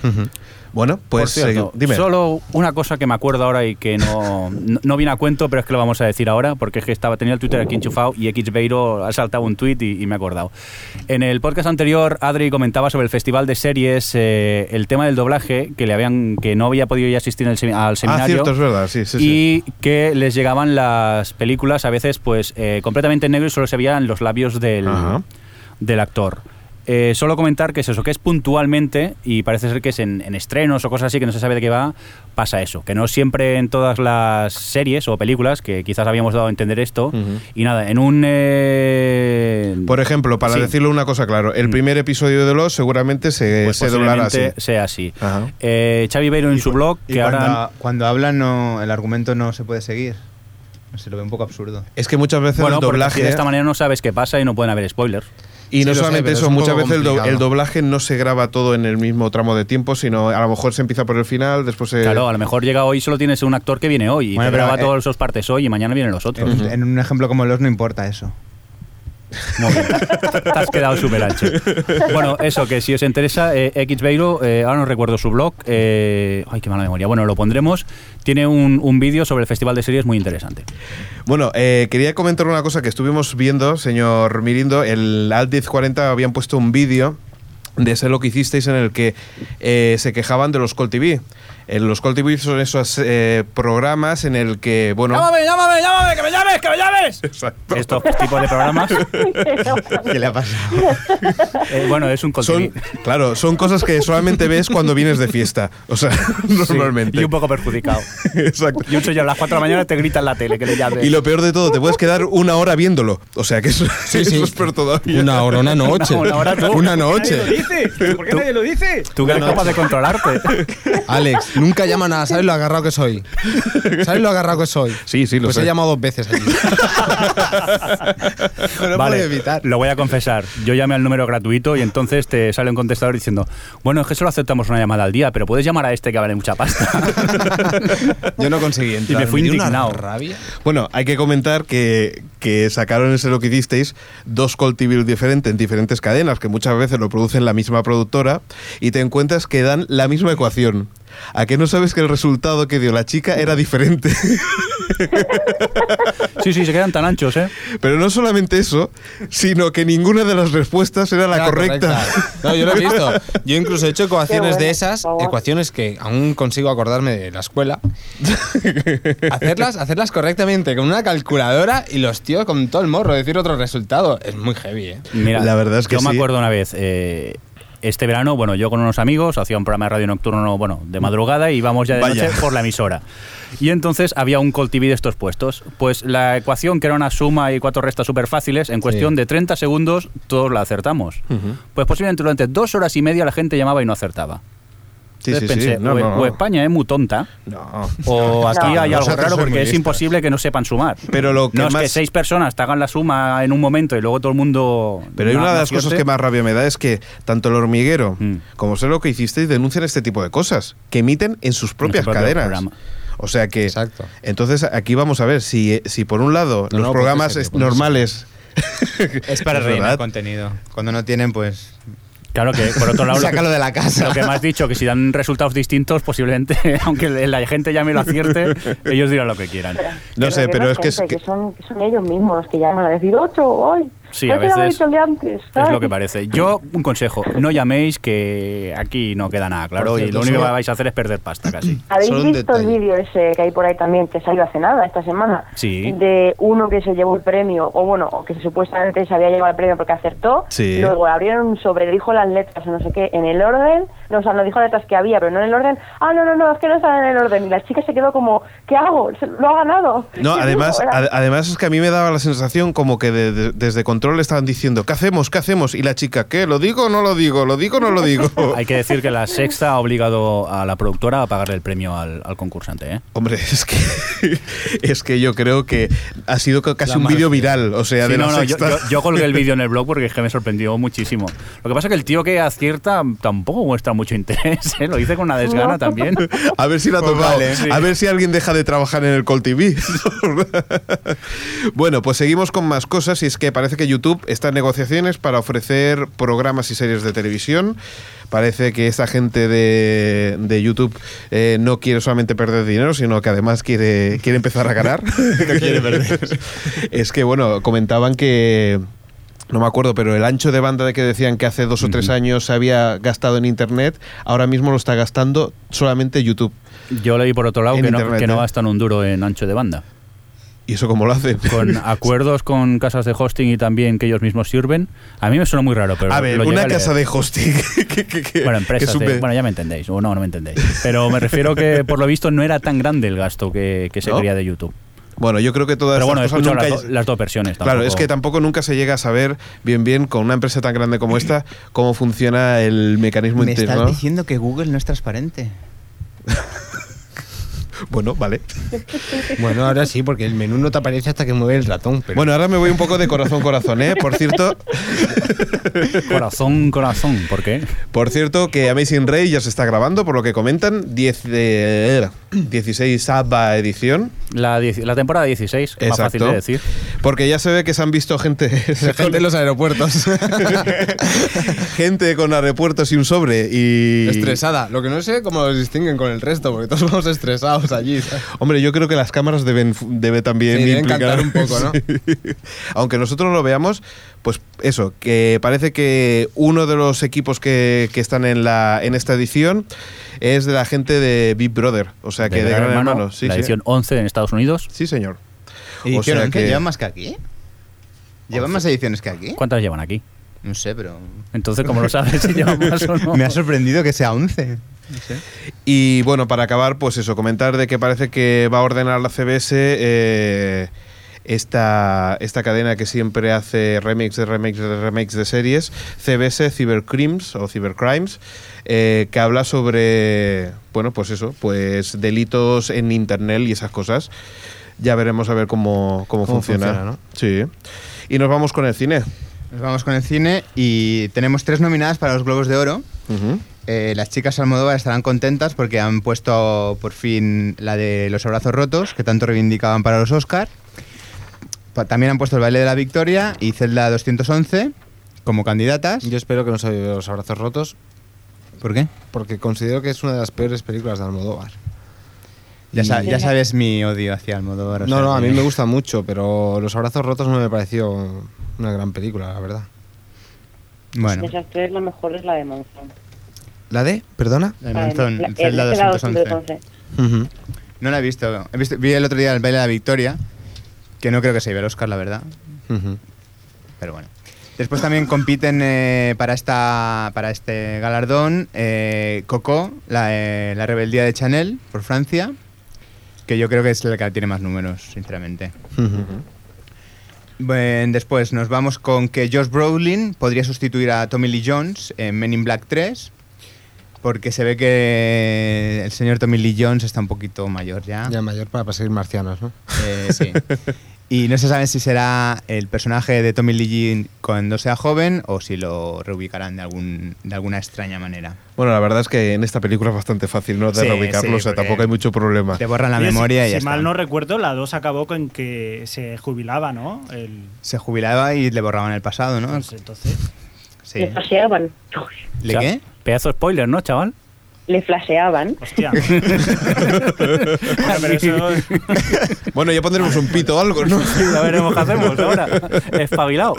Ujú. Bueno, pues Por cierto, segui- dime. solo una cosa que me acuerdo ahora y que no, no, no viene a cuento, pero es que lo vamos a decir ahora, porque es que estaba, tenía el Twitter aquí enchufado y Xbeiro ha saltado un tuit y, y me he acordado. En el podcast anterior, Adri comentaba sobre el festival de series, eh, el tema del doblaje, que le habían que no había podido ya asistir al semi- al seminario Ah, cierto, es verdad, sí, sí, sí. y que les llegaban las películas a veces pues eh, completamente en negro y solo se veían los labios del, Ajá. del actor. Eh, solo comentar que es eso, que es puntualmente, y parece ser que es en, en estrenos o cosas así que no se sabe de qué va, pasa eso. Que no siempre en todas las series o películas, que quizás habíamos dado a entender esto, Ujú. Pues, y nada, en un... eh, Por ejemplo, para Sí. Mm. decirlo una cosa claro, el primer episodio de Los seguramente se, pues eh, se doblará así. posiblemente sea así. Ajá. Eh, Xavi Beiro en su blog, Y que cuando, ahora... cuando habla, no, el argumento no se puede seguir. Se lo ve un poco absurdo. Es que muchas veces Bueno, el porque así doblaje de esta manera no sabes qué pasa y no pueden haber spoilers. y Sí, no lo sé, solamente pero eso, es un muchas poco veces el, do- complicado. el doblaje no se graba todo en el mismo tramo de tiempo, sino a lo mejor se empieza por el final, después se Claro, a lo mejor llega hoy y solo tienes un actor que viene hoy y Eh, Bueno, te pero, graba eh, todas sus partes hoy y mañana vienen los En, otros. un- en un ejemplo como los no importa eso. Muy bien. Te has quedado súper ancho. Bueno, eso, que si os interesa, eh, X Beiro, eh, ahora no recuerdo su blog. eh, ay, qué mala memoria. Bueno, lo pondremos. Tiene un, un vídeo sobre el Festival de Series muy interesante. Bueno, eh, quería comentar una cosa que estuvimos viendo, señor Mirindo. El Alt 1040 habían puesto un vídeo de ese lo que hicisteis en el que eh, se quejaban de los Call TV. Eh, los Call TV son esos eh, programas en el que, bueno... llámame, llámame! ¡Que me llames, que me llames! Exacto. Estos tipos de programas, ¿Qué le ha pasado? eh, bueno, es un Son, contenido. claro, son cosas que solamente ves cuando vienes de fiesta. O sea, [laughs] normalmente. Y un poco perjudicado. Exacto. Y un señor a las 4 de la mañana te grita en la tele que le llames. Y lo peor de todo, te puedes quedar una hora viéndolo. O sea, que eso, [laughs] sí. eso es peor todavía. Una hora, una noche. Una hora, tú. Una noche. dice? ¿Por qué nadie lo dice? Tú que eres capaz de controlarte. Alex, nunca llama nada. ¿Sabes lo agarrado que soy? ¿Sabes lo agarrado que soy? Sí, sí, lo Pues sé. he llamado dos veces [laughs] allí. no lo puedo evitar. Lo voy a confesar. Yo llamé al número gratuito y entonces te sale un contestador diciendo, bueno, es que solo aceptamos una llamada al día, pero puedes llamar a este que vale mucha pasta. Yo no conseguí entrar. me fui dio una indignado. rabia. Bueno, hay que comentar que, que sacaron ese lo que hicisteis dos Coltibil diferentes en diferentes cadenas, que muchas veces lo producen la misma productora, y te encuentras que dan la misma ecuación. ¿A que no sabes que el resultado que dio la chica era diferente? [laughs] sí, sí, se quedan tan anchos, ¿eh? Pero no solamente eso, sino que ninguna de las respuestas era la Era correcta. No, yo lo [laughs] he visto. Yo incluso he hecho ecuaciones Qué bueno, de esas, por favor. ecuaciones que aún consigo acordarme de la escuela. hacerlas, hacerlas correctamente con una calculadora y los tíos con todo el morro decir otro resultado. Es muy heavy, ¿eh? Mira, La verdad es que yo me sí. acuerdo una vez, eh, este verano, bueno, yo con unos amigos hacía un programa de radio nocturno, bueno, de madrugada y íbamos ya de Vaya. noche por la emisora. Y entonces había un Call TV de estos puestos. Pues la ecuación, que era una suma y cuatro restas súper fáciles, en cuestión de 30 segundos todos la acertamos. Pues posiblemente durante dos horas y media la gente llamaba y no acertaba. Sí, sí, Entonces sí. pensé, No, o, no, o no. España es muy tonta, No. o aquí No. hay algo Nosotros raro somos porque es listos. imposible que no sepan sumar. Pero lo que no es que más- seis personas te hagan la suma en un momento y luego todo el mundo. Pero hay no- una de no las cosas acierte. que más rabia me da es que tanto el hormiguero Mm. como sé lo que hicisteis denuncian este tipo de cosas que emiten en sus propias propio cadenas. programa. O sea que, Exacto. entonces aquí vamos a ver si, eh, si por un lado los No, no, pues ponte programas serio, es- ponte normales Es para Es rellenar verdad. contenido. Cuando no tienen, pues. Claro que, por otro lado. lo que- Sácalo de la casa. Lo que me has dicho, que si dan resultados distintos, posiblemente, [laughs] aunque la gente ya me [laughs] lo acierte, ellos dirán lo que quieran. no sé, pero es que, es gente, que- son, que son ellos mismos los que llaman a decir, ocho, hoy. Sí, a veces dicho el de antes", Es lo ¿sabes? que parece. Yo, un consejo, no llaméis que aquí no queda nada, claro, Por y cierto, lo único que solo- vais a hacer es perder pasta casi. ¿Habéis Solo un visto el detalle. vídeo ese que hay por ahí también, que salió hace nada, esta semana? Sí. De uno que se llevó el premio, o bueno, o que supuestamente se había llevado el premio porque acertó. Sí. Luego abrieron un sobre, dijo las letras o no sé qué, en el orden. No, o sea, no dijo las letras que había, pero no en el orden. Ah, no, no, no, es que no están en el orden. Y la chica se quedó como, ¿qué hago? Se- Lo ha ganado. no, ¿Qué además, digo? Era- ad- además es que a mí me daba la sensación como que de- de- desde control estaban diciendo ¿qué hacemos? ¿qué hacemos? y la chica ¿qué? ¿lo digo o no lo digo? ¿lo digo o no lo [laughs] digo? Hay que decir que la sexta ha obligado a la productora a pagarle el premio al, al concursante, ¿eh? Hombre, es que es que yo creo que ha sido ca- casi La un mala vídeo fe. viral, o sea, Sí, de no, la no, yo, sexta. yo- yo colgué el vídeo en el blog porque es que me sorprendió muchísimo. Lo que pasa es que el tío que acierta tampoco muestra mucho interés, ¿eh? lo hice con una desgana No. también. [laughs] A ver si la ha Pues tocado. vale, sí. A ver si alguien deja de trabajar en el Call [laughs] TV. bueno, pues seguimos con más cosas. Y es que parece que YouTube está en negociaciones para ofrecer programas y series de televisión. Parece que esta gente de, de YouTube eh, no quiere solamente perder dinero, sino que además quiere, quiere empezar a ganar. [laughs] no quiere perder. [laughs] es que, bueno, comentaban que. No me acuerdo, pero el ancho de banda de que decían que hace dos o tres años se había gastado en Internet, ahora mismo lo está gastando solamente YouTube. Yo leí por otro lado En que no, internet, que ¿eh? no gastan un duro en ancho de [laughs] banda. ¿Y eso cómo lo hacen? Con acuerdos con casas de hosting y también que ellos mismos sirven. A mí me suena muy raro, pero. a ver, lo llegué una leer. casa de hosting [laughs] que, que- que- [laughs] Bueno, que empresas. de- sube- bueno, ya me entendéis. O no, no me entendéis. Pero me refiero que, por lo visto, no era tan grande el gasto que, que se ¿No? quería de YouTube. Bueno, yo creo que todas Pero bueno, he estas escuchado cosas las, nunca... do- las dos versiones. Claro, tampoco- es que tampoco nunca se llega a saber bien bien con una empresa tan grande como esta cómo funciona el mecanismo Me estás interno. diciendo que Google no es transparente. Bueno, vale. Bueno, ahora sí, porque el menú no te aparece hasta que mueve el ratón. Pero [laughs] Bueno, ahora me voy un poco de corazón corazón, ¿eh? Por cierto, Corazón, corazón, ¿por qué? por cierto que Amazing Ray ya se está grabando, por lo que comentan, 10 de 16 ABBA edición. La, dieci- la temporada 16, que es más fácil de decir. Porque ya se ve que se han visto gente, [laughs] gente en los aeropuertos. gente con aeropuertos y un sobre y Estresada. Lo que no sé cómo los distinguen con el resto, porque todos vamos estresados allí. ¿sabes? Hombre, yo creo que las cámaras deben, debe también Sí, deben implicar- cantar un poco, ¿no? [laughs] Sí. Aunque nosotros no lo veamos, pues eso, que parece que uno de los equipos que, que están en la en esta edición es de la gente de Big Brother, o sea que de, Gran Hermano, sí, la sí. edición 11 en Estados Unidos. Sí, señor. ¿Y O sea dijeron que... que- llevan más que aquí? ¿Llevan más ediciones que aquí? ¿Cuántas llevan aquí? No sé, pero... Entonces, ¿cómo lo [laughs] sabes si llevan más o no? Me ha sorprendido que sea 11. Y bueno, para acabar, pues eso, comentar de que parece que va a ordenar la CBS eh, esta, esta cadena que siempre hace remix de remix de remix de series, CBS Cybercrimes o Cybercrimes, eh, que habla sobre, bueno, pues eso, pues delitos en Internet y esas cosas. Ya veremos a ver cómo, cómo, Cómo funciona. funciona, ¿no? Sí. Y nos vamos con el cine. Nos vamos con el cine y tenemos tres nominadas para los Globos de Oro. Ujú. Eh, las chicas Almodóvar estarán contentas porque han puesto por fin la de los abrazos rotos, que tanto reivindicaban para los Oscar. Pa- También han puesto el baile de la victoria y Zelda 211 como candidatas. Yo espero que no se vea los abrazos rotos, ¿Por qué? porque considero que es una de las peores películas de Almodóvar. Ya, sa- Y- ya sabes mi odio hacia Almodóvar. o No, sea no, a que- mí me gusta mucho, pero Los Abrazos Rotos no me pareció una gran película, la verdad. Bueno, De esas tres, la mejor es la de Monzón. ¿La de? ¿Perdona? el La de- Monzón, la- el Zelda Zelda 211. 211. No la he visto. He visto- Vi el otro día el baile de la victoria, que no creo que se lleve el Oscar, la verdad. Ujú. Pero bueno. Después también compiten eh, para, esta, para este galardón eh, Coco, la, eh, la rebeldía de Chanel por Francia, que yo creo que es la que tiene más números, sinceramente. Bueno, después nos vamos con que Josh Brolin podría sustituir a Tommy Lee Jones en Men in Black 3, porque se ve que el señor Tommy Lee Jones está un poquito mayor ya. Ya mayor para perseguir marcianos, ¿no? Eh, sí. [laughs] Y no se sabe si será el personaje de Tommy Lee Jean cuando sea joven o si lo reubicarán de, algún, de alguna extraña manera. Bueno, la verdad es que en esta película es bastante fácil ¿no? de Sí, reubicarlo, sí, o sea, porque- tampoco hay mucho problema. Te borran la Oye, si- memoria y si, ya mal está. no recuerdo, la 2 acabó con que se jubilaba, ¿no? El, Se jubilaba y le borraban el pasado, ¿no? pues, entonces. Sí. Le flaseaban. ¿Le O sea, [laughs] qué? Pedazo de spoiler, ¿no, chaval? [laughs] Le flaseaban. Hostia. Bueno, pero eso- Bueno, ya pondremos un pito o algo, ¿no? Ya veremos qué hacemos ahora. Espabilado.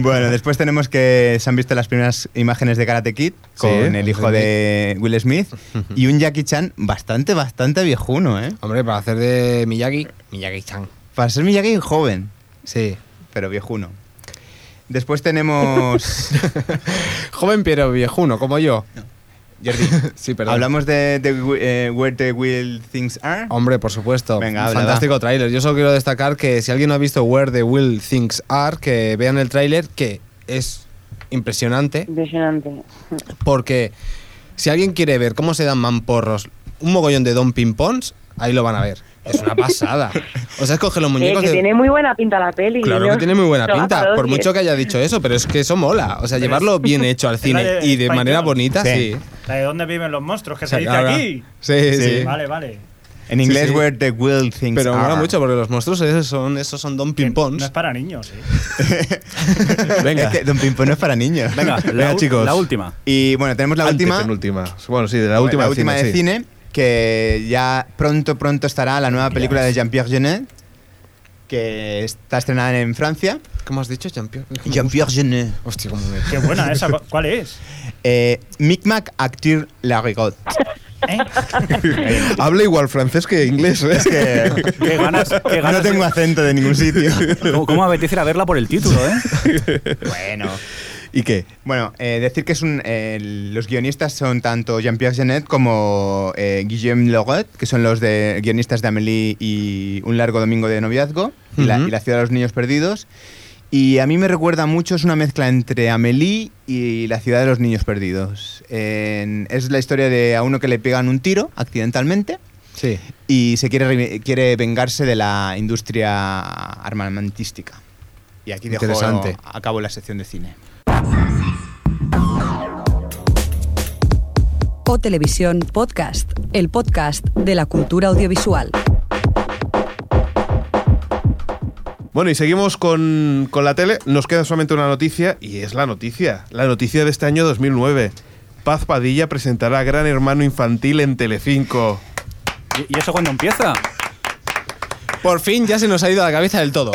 Bueno, después tenemos que se han visto las primeras imágenes de Karate Kid con el hijo de Will Smith y un Jackie Chan bastante, bastante viejuno, ¿eh? Hombre, para hacer de Miyagi, Miyagi-chan. Para ser Miyagi joven, Sí. pero viejuno. Después [laughs] tenemos... Joven pero viejuno, como yo. Jordi, [laughs] Sí, perdón. Oh. Hablamos de, de, eh, Where the Will Things Are. Hombre, por supuesto. Venga, habla, Fantástico tráiler. Yo solo quiero destacar que si alguien no ha visto Where the Will Things Are, que vean el tráiler, que es impresionante. Impresionante. Porque si alguien quiere ver cómo se dan mamporros un mogollón de Don Pimpons, ahí lo van a ver. Es una pasada. O sea, escoge los Eh, muñecos que de- tiene muy buena pinta la peli. Claro yo- que tiene muy buena lo pinta, adoro, por tío. mucho que haya dicho eso, pero es que eso mola. O sea, Pero [laughs] llevarlo bien hecho al cine de y de Spike manera Jonze. bonita, sí. Sí. la de dónde viven los monstruos, que O sea, se dice ahora- aquí. Sí, sí. Vale, vale. En inglés, sí. Where the Will Things Pero Are. mola [laughs] mucho porque los monstruos esos son, esos son Don No es Pimpons. para niños, ¿eh? Venga. Es que Don Pimpón no es para niños. Venga, [laughs] la, u- la última. Y bueno, tenemos la última. Antepenúltima. Bueno, sí, de la Bueno, última, la última de sí. cine, que ya pronto, pronto estará la nueva película de Jean-Pierre Jeunet, que está estrenada en Francia. ¿Cómo has dicho, Champion? Jean-Pierre Jeunet. Hostia, cómo me... Qué buena esa. ¿cu- ¿Cuál es? Eh, Micmac Actir La Rigot. ¿Eh? Habla igual francés que inglés, ¿eh? Qué ganas, [laughs] qué ganas no tengo acento de ningún [laughs] sitio. de- ¿Cómo, cómo apetece ir a verla por el título, eh? bueno. ¿Y qué? Bueno, eh, decir que es un, eh, los guionistas son tanto Jean-Pierre Genet como eh, Guillaume Loret, que son los de, guionistas de Amélie y Un largo domingo de noviazgo y, la, Ujú. y La ciudad de los niños perdidos. Y a mí me recuerda mucho, es una mezcla entre Amélie y La ciudad de los niños perdidos. En- es la historia de a uno que le pegan un tiro accidentalmente Sí. y se quiere, re- quiere vengarse de la industria armamentística. Y aquí dejo Interesante. a cabo la sección de cine. O Televisión Podcast, el podcast de la cultura audiovisual. Bueno, y seguimos con, con la tele. Nos queda solamente una noticia, y es la noticia. La noticia de este año 2009. Paz Padilla presentará Gran Hermano Infantil en Telecinco. ¿Y, y eso cuándo empieza? Por fin ya se nos ha ido a la cabeza del todo.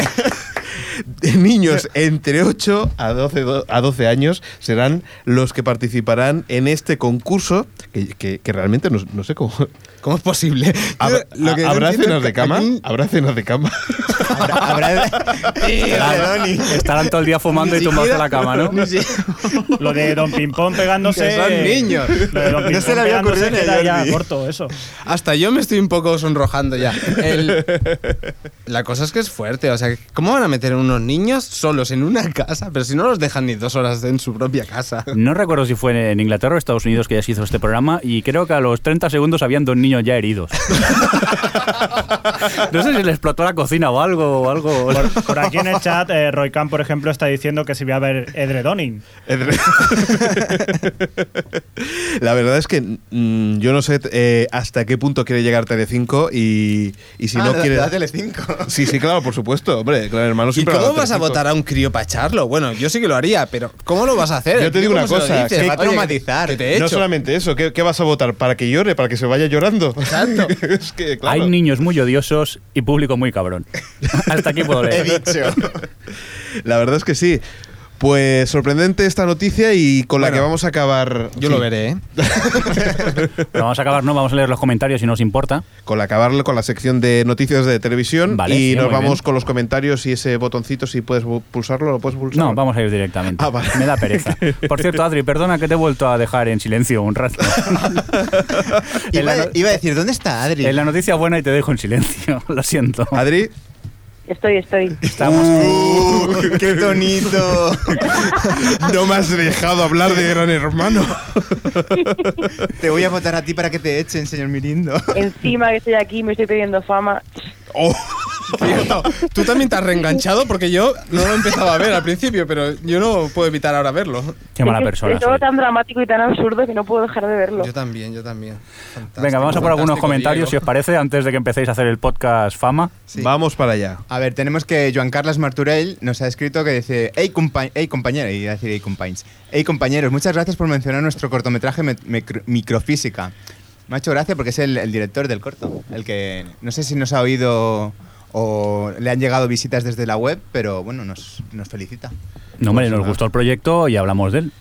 De [laughs] Niños entre 8 a 12, do- a 12 años serán los que participarán en este concurso, que, que- que realmente no, no sé cómo... ¿Cómo es posible? Hab- Yo lo que no ¿Habrá entiendo cenas es de que cama? aquí- ¿Habrá cenas de [laughs] cama? Habrá, habrá- [laughs] Estarán, estarán todo el día fumando y Ni tumbados en la siquiera- cama, ¿no? ni si- Lo de Don Pimpón pegándose. Que son niños. Lo de Don No Pimpón se le había ocurrido pegándose ni a queda ya Jordi. corto, eso. Hasta yo me estoy un poco sonrojando ya. [laughs] Pues El- la cosa es que es fuerte. O sea, ¿cómo van a meter unos niños solos en una casa? Pero si no los dejan ni dos horas en su propia casa. No recuerdo si fue en Inglaterra o Estados Unidos que ya se hizo este programa y creo que a los 30 segundos habían dos niños ya heridos. No sé si les explotó la cocina o algo o algo. Por, por aquí en el chat, eh, Roy Khan, por ejemplo, está diciendo que si voy a ver Edredoning. La verdad es que mm, yo no sé eh, hasta qué punto quiere llegar Telecinco y, y si Ah, no da- quiere... da [laughs] Telecinco. Sí, sí, claro, por supuesto. Hombre, claro, hermano, ¿Y siempre cómo da vas a Telecinco. votar a un crío para echarlo? Bueno, yo sí que lo haría, pero ¿cómo lo vas a hacer? Yo te digo ¿Cómo una se lo cosa, dices? que- Va a oye, traumatizar. ¿Qué te he No hecho? solamente eso, ¿qué, qué vas a votar? ¿Para que llore? ¿Para que se vaya llorando? Exacto. [laughs] es que, claro. Hay niños muy odiosos y público muy cabrón. Hasta aquí puedo He leer. dicho. [laughs] La verdad es que sí. Pues sorprendente esta noticia y con la Bueno, que vamos a acabar. Yo Sí, lo veré, ¿eh? Pero vamos a acabar, no, vamos a leer los comentarios si nos importa. Con la acabarlo con la sección de noticias de televisión Vale, y sí, nos muy vamos bien. con los comentarios y ese botoncito si puedes bu- pulsarlo, lo puedes pulsar. No, vamos a ir directamente. Ah, vale. Me da pereza. Por cierto, Adri, perdona que te he vuelto a dejar en silencio [laughs] un rato. en, Iba, la no- iba a decir, ¿dónde está Adri? en la noticia buena y te dejo en silencio, [laughs] lo siento. Adri, Estoy, [laughs] estoy. Estamos Uh, ¡Qué tonito! no me has dejado hablar de Gran Hermano. [laughs] Te voy a votar a ti para que te echen, señor Mirindo. Encima que estoy aquí, me estoy pidiendo fama. Oh, [laughs] Tío, Tú también te has reenganchado porque yo no lo empezaba a ver al principio, pero yo no puedo evitar ahora verlo. Qué mala Es que persona. Es todo soy. tan dramático y tan absurdo que no puedo dejar de verlo. Yo también, yo también. Fantástico, Venga, vamos a por algunos fantástico, comentarios, si os Diego. parece, antes de que empecéis a hacer el podcast Fama. Sí. Vamos para allá. A ver, tenemos que Joan Carlos Marturell nos ha escrito que dice, hey, compa hey compañero, y iba a decir hey compañes, hey compañeros, muchas gracias por mencionar nuestro cortometraje me- micro- Microfísica. Me ha hecho gracia porque es el, el director del corto, el que no sé si nos ha oído o le han llegado visitas desde la web, pero bueno, nos, nos felicita. No, Pues hombre, nos gustó el proyecto y hablamos de él.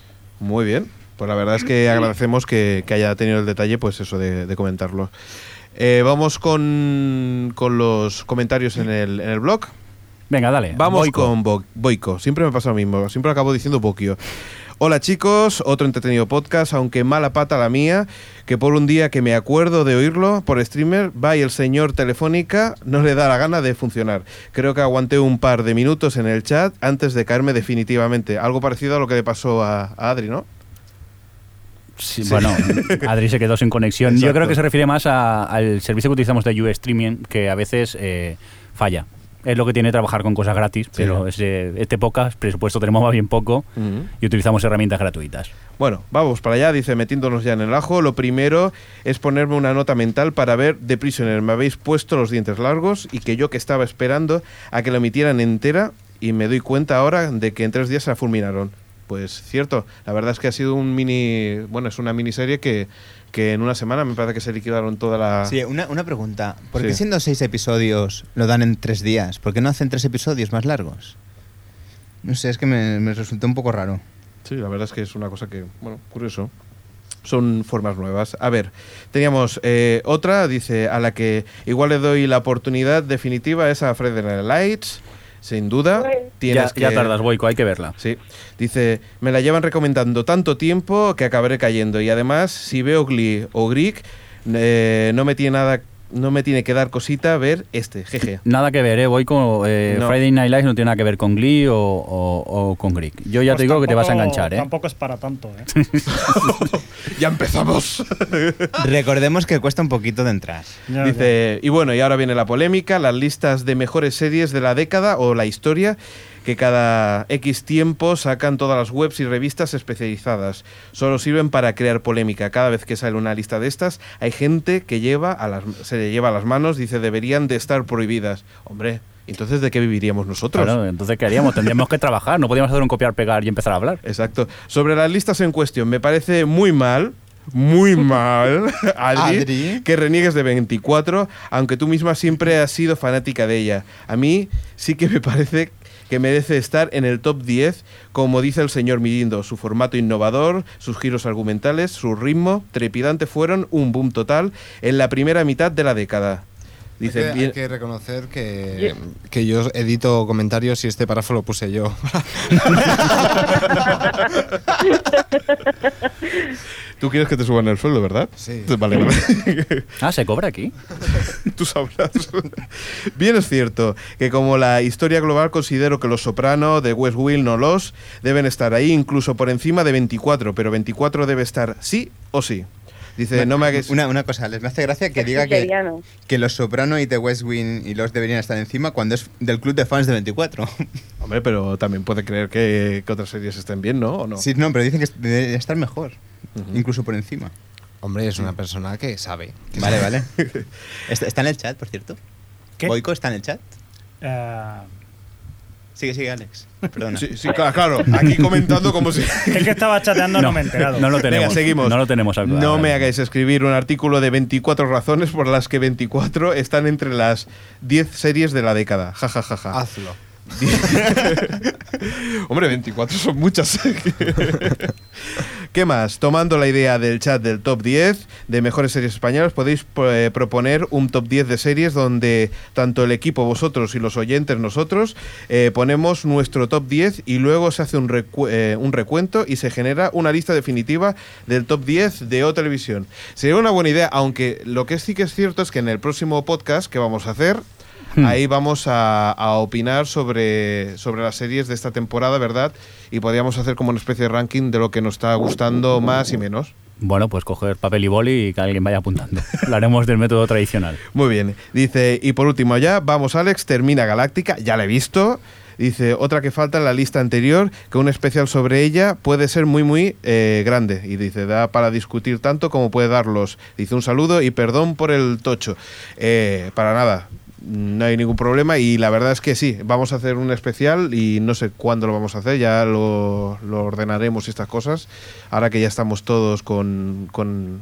Muy bien. Pues la verdad es que agradecemos que, que haya tenido el detalle, pues eso, de, de comentarlo. Eh, vamos con, con los comentarios en el, en el blog. Venga, dale. Vamos Boico. con Bo- Boico. Siempre me pasa lo mismo. Siempre acabo diciendo Boquio. Hola chicos, otro entretenido podcast, aunque mala pata la mía, que por un día que me acuerdo de oírlo por streamer, va y el señor Telefónica no le da la gana de funcionar. Creo que aguanté un par de minutos en el chat antes de caerme definitivamente. Algo parecido a lo que le pasó a, a Adri, ¿no? Sí, [laughs] Bueno, Adri se quedó sin conexión. Yo Exacto. creo que se refiere más a- al servicio que utilizamos de YouStreaming, que a veces eh, falla. Es lo que tiene trabajar con cosas gratis, pero ese- este podcast, presupuesto tenemos más bien poco Ujú. y utilizamos herramientas gratuitas. Bueno, vamos para allá, dice, metiéndonos ya en el ajo. Lo primero es ponerme una nota mental para ver The Prisoner. Me habéis puesto los dientes largos y que yo que estaba esperando a que la emitieran entera y me doy cuenta ahora de que en tres días se la fulminaron. Pues cierto, la verdad es que ha sido un mini... Bueno, es una miniserie que, que en una semana me parece que se liquidaron toda la... Sí, una, una pregunta, ¿por qué Ah. Sí. siendo seis episodios lo dan en tres días? ¿Por qué no hacen tres episodios más largos? No sé, es que me, me resultó un poco raro. Sí, la verdad es que es una cosa que, bueno, curioso. Son formas nuevas. A ver, teníamos eh, otra, dice, a la que igual le doy la oportunidad definitiva, es a Friday Night Lights, sin duda. Ya, Tienes ya que- tardas, Boico, hay que verla. Sí, dice, me la llevan recomendando tanto tiempo que acabaré cayendo. Y además, si veo Glee o Greek, eh, no me tiene nada no me tiene que dar cosita ver este, jeje. Nada que ver, ¿eh? Voy con eh, No. Friday Night Lights, no tiene nada que ver con Glee o, o- o con Greek. Yo ya Pues te digo que te vas a tampoco- enganchar, ¿eh? Tampoco es para tanto, ¿eh? ya empezamos. Recordemos que cuesta un poquito de entrar. Ya, ya. Dice, y bueno, y ahora viene la polémica, las listas de mejores series de la década o la historia que cada X tiempo sacan todas las webs y revistas especializadas. Solo sirven para crear polémica. Cada vez que sale una lista de estas, hay gente que lleva a las, se le lleva a las manos, dice, deberían de estar prohibidas. Hombre, entonces ¿de qué viviríamos nosotros? Claro, entonces, ¿qué haríamos? Tendríamos que trabajar, no podíamos hacer un copiar, pegar y empezar a hablar. Exacto. Sobre las listas en cuestión, me parece muy mal. [laughs] Muy mal, Adri, Adri. que reniegues de 24, aunque tú misma siempre has sido fanática de ella. A mí sí que me parece que merece estar en el top 10, como dice el señor Mirindo. Su formato innovador, sus giros argumentales, su ritmo trepidante fueron un boom total en la primera mitad de la década. Dice, hay, que, hay bien- que reconocer que, que yo edito comentarios y este párrafo lo puse yo. [laughs] tú quieres que te suban el sueldo, ¿verdad? Sí. Vale, [laughs] vale. Ah, ¿se cobra aquí? [laughs] Tú sabrás. Bien es cierto que como la historia global considero que Los Soprano, de West Wing no los deben estar ahí incluso por encima de 24, pero 24 debe estar sí o sí. Dice, no me hagas... una, una cosa, les me hace gracia que diga que, Sevillano. que los Soprano y The West Wing y los deberían estar encima cuando es del club de fans de 24. Hombre, pero también puede creer que, que otras series estén bien, ¿no? ¿O no? Sí, no, pero dicen que debería estar mejor, incluso por encima. Hombre, es una persona que sabe. Vale, vale. [laughs] está, está en el chat, por cierto. ¿Qué? ¿Boico está en el chat? Eh, Sigue, sigue, Alex. Perdona. Sí, sí, claro, claro. Aquí comentando como [laughs] si... el que estaba chateando no, me he enterado. [laughs] no lo tenemos. Venga, seguimos. No lo tenemos. al- No al- me hagáis escribir un artículo de 24 razones por las que 24 están entre las 10 series de la década. Ja, ja, ja, ja. Hazlo. [laughs] Hombre, 24 son muchas. ¿Qué más? Tomando la idea del chat del top 10 de mejores series españolas, podéis eh, proponer un top 10 de series donde tanto el equipo, vosotros y los oyentes, nosotros, eh, ponemos nuestro top 10 y luego se hace un, recu- eh, un recuento y se genera una lista definitiva del top 10 de O Televisión. Sería una buena idea, aunque lo que sí que es cierto es que en el próximo podcast que vamos a hacer, Ahí vamos a, a opinar sobre, sobre las series de esta temporada, ¿verdad? Y podríamos hacer como una especie de ranking de lo que nos está gustando más y menos. Bueno, pues coger papel y boli y que alguien vaya apuntando. Lo haremos del método tradicional. Muy bien. Dice, y por último ya, vamos Alex, termina Galáctica, ya la he visto. Dice, otra que falta en la lista anterior, que un especial sobre ella puede ser muy, muy eh, grande. Y dice, da para discutir tanto como puede darlos. Dice, un saludo y perdón por el tocho. Eh, para nada, no hay ningún problema y la verdad es que sí, vamos a hacer un especial y no sé cuándo lo vamos a hacer, ya lo, lo ordenaremos y estas cosas, ahora que ya estamos todos con... con...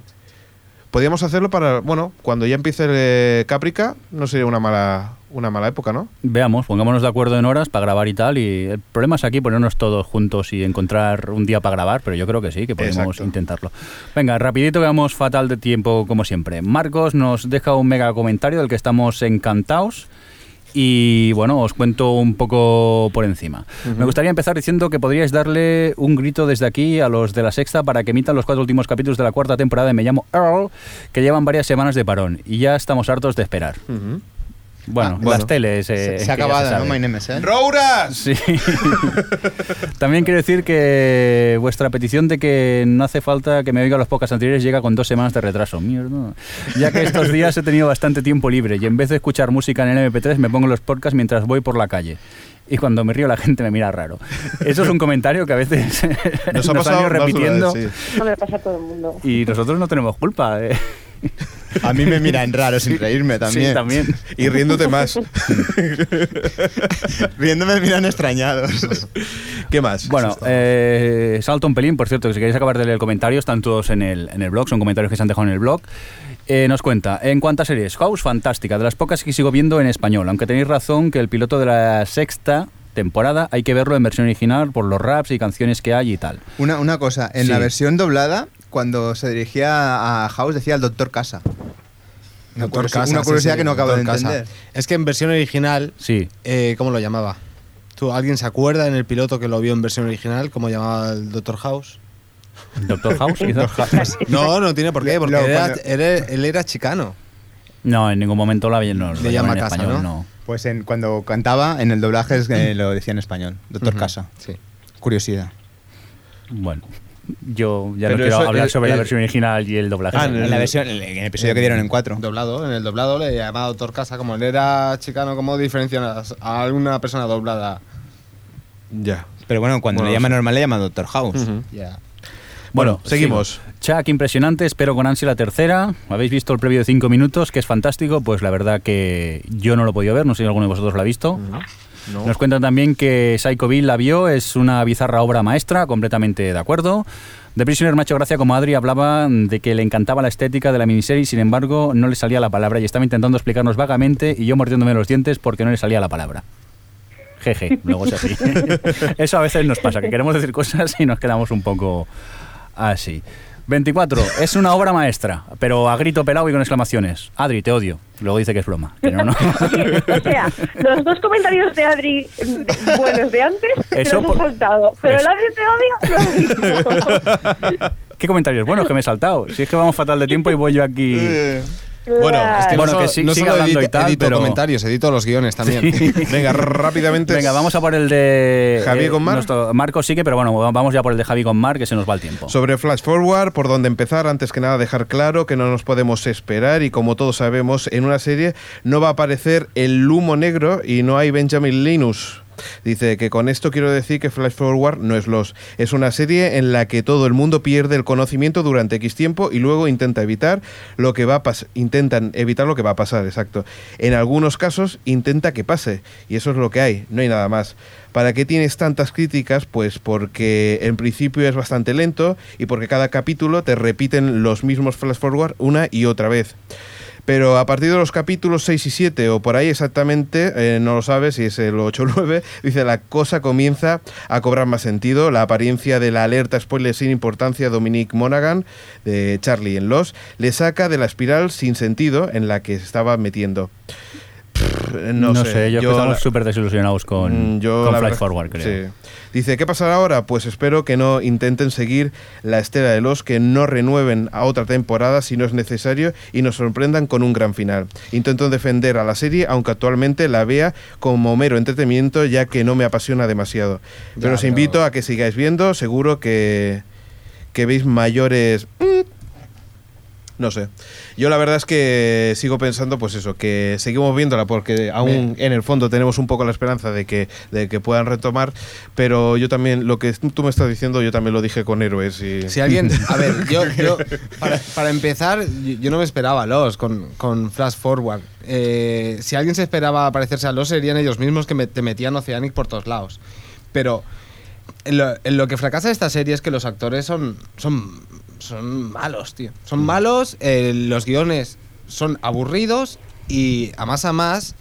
Podríamos hacerlo para, bueno, cuando ya empiece el eh, Caprica, no sería una mala, una mala época, ¿no? Veamos, pongámonos de acuerdo en horas para grabar y tal. Y el problema es aquí ponernos todos juntos y encontrar un día para grabar, pero yo creo que sí, que podemos Exacto. intentarlo. Venga, rapidito, que vamos fatal de tiempo como siempre. Marcos nos deja un mega comentario del que estamos encantados. Y bueno, os cuento un poco por encima. Me gustaría empezar diciendo que podríais darle un grito desde aquí a los de la sexta para que emitan los cuatro últimos capítulos de la cuarta temporada de Me llamo Earl, que llevan varias semanas de parón y ya estamos hartos de esperar. Bueno, Ah, bueno. las teles. eh, se, que se ya ha acabado, ¿no? sabe. My name is Earl. ¡Rouras! Sí. [laughs] También quiero decir que vuestra petición de que no hace falta que me oiga los podcasts anteriores llega con dos semanas de retraso. Mierda. Ya que estos días he tenido bastante tiempo libre y en vez de escuchar música en el MP3 me pongo los podcasts mientras voy por la calle. Y cuando me río la gente me mira raro. Eso es un comentario que a veces [laughs] nos, ha pasado ido más de una vez, repitiendo sí. Eso le pasa a todo el mundo. y nosotros no tenemos culpa. eh. A mí me miran raro sin reírme también. Sí, también. Y riéndote [laughs] más. Riéndome [laughs] miran extrañados. ¿Qué más? Bueno, eh, salto un pelín, por cierto, que si queréis acabar de leer el comentario, están todos en el, en el blog, son comentarios que se han dejado en el blog. Eh, nos cuenta, en cuantas series, House fantástica, de las pocas que sigo viendo en español, aunque tenéis razón que el piloto de la sexta temporada hay que verlo en versión original por los raps y canciones que hay y tal. eh, Una, una cosa, en Sí. la versión doblada, cuando se dirigía a House decía el doctor Casa. Una Doctor curiosi- Casa, una sí, curiosidad sí, que no acabo Doctor de Casa. entender. Es que en versión original, Sí. eh, ¿cómo lo llamaba? ¿Tú, ¿Alguien se acuerda en el piloto que lo vio en versión original? ¿Cómo llamaba el Doctor House? Doctor House, quizás. No, no tiene por qué, porque Lo- era- cuando- era- él era chicano. No, en ningún momento la, no, Le la llama llaman en casa, español, ¿no? ¿no? Pues en, cuando cantaba, en el doblaje es- [clears throat] eh, lo decía en español. Doctor Casa. Sí. Curiosidad. Bueno, yo ya Pero no quiero eso, hablar eh, sobre eh, la versión original y el doblaje. Ah, en, en la el- versión, en el episodio que dieron en cuatro. Doblado, en el doblado le llamaba Doctor Casa, como él era chicano, ¿cómo diferencias a una persona doblada? Ya. Pero bueno, cuando Bueno, le llama sí. normal, le llama Doctor House. Ujú. Ya. Bueno, seguimos. sigo. Chuck, impresionante, espero con ansia la tercera. Habéis visto el previo de 5 minutos, que es fantástico. Pues la verdad que yo no lo he podido ver, no sé si alguno de vosotros lo ha visto. No. Nos cuentan también que Psycho Bill la vio, es una bizarra obra maestra, completamente de acuerdo. The Prisoner me ha hecho gracia como Adri hablaba de que le encantaba la estética de la miniserie y sin embargo no le salía la palabra y estaba intentando explicarnos vagamente y yo mordiéndome los dientes porque no le salía la palabra. Jeje, luego es [laughs] así. Eso a veces nos pasa, que queremos decir cosas y nos quedamos un poco así. 24. Es una obra maestra, pero a grito pelado y con exclamaciones. Adri, te odio. Luego dice que es broma. que [laughs] no, no. Oye, o sea, los dos comentarios de Adri mm, buenos de antes te Eso los por- he soltado, pero eso. el Adri te odio no. ¿Qué comentarios buenos que me he saltado? Si es que vamos fatal de tiempo y voy yo aquí. Eh, Bueno, es que Claro. Bueno, que sí, sigue solo hablando edito, y tal, edito pero- comentarios, edito los guiones también. Venga, [laughs] rápidamente. Venga, vamos a por el de. eh, ¿Javi con Mar? nuestro- Marco sigue, pero bueno, vamos ya por el de Javi con Mar, que se nos va el tiempo. Sobre Flash Forward, por dónde empezar, antes que nada dejar claro que no nos podemos esperar y como todos sabemos, en una serie no va a aparecer el humo negro y no hay Benjamin Linus. Dice que con esto quiero decir que Flash Forward no es los. Es una serie en la que todo el mundo pierde el conocimiento durante X tiempo y luego intenta evitar lo que va a pas- intentan evitar lo que va a pasar, exacto. En algunos casos intenta que pase y eso es lo que hay, no hay nada más. ¿Para qué tienes tantas críticas? Pues porque en principio es bastante lento y porque cada capítulo te repiten los mismos flash forward una y otra vez. Pero a partir de los capítulos 6 y 7, o por ahí exactamente, eh, no lo sabes si es el 8 o 9, dice la cosa comienza a cobrar más sentido. La apariencia de la alerta spoiler sin importancia Dominique Monaghan de Charlie en Los le saca de la espiral sin sentido en la que se estaba metiendo. Pff, no, sé, yo, creo que la- estamos súper desilusionados con, Mm, yo, con la Flash verdad- Forward, creo. sí. Dice, ¿qué pasará ahora? Pues espero que no intenten seguir la estela de los que no renueven a otra temporada si no es necesario y nos sorprendan con un gran final. Intento defender a la serie, aunque actualmente la vea como mero entretenimiento, ya que no me apasiona demasiado. Pero Ya, os pero- invito a que sigáis viendo, seguro que, que veis mayores... mm, No sé. Yo la verdad es que sigo pensando, pues eso, que seguimos viéndola porque aún en el fondo tenemos un poco la esperanza de que, de que puedan retomar, pero yo también, lo que tú me estás diciendo, yo también lo dije con héroes y... Si [laughs] alguien, a ver, yo, yo- para, para empezar, yo yo no me esperaba a los con, con Flash Forward. Eh, si alguien se esperaba parecerse a los, serían ellos mismos que me- te metían Oceanic por todos lados. Pero en lo, en lo que fracasa esta serie es que los actores son, son, son malos, tío. Mm. Son malos, eh, los guiones son aburridos y a más a más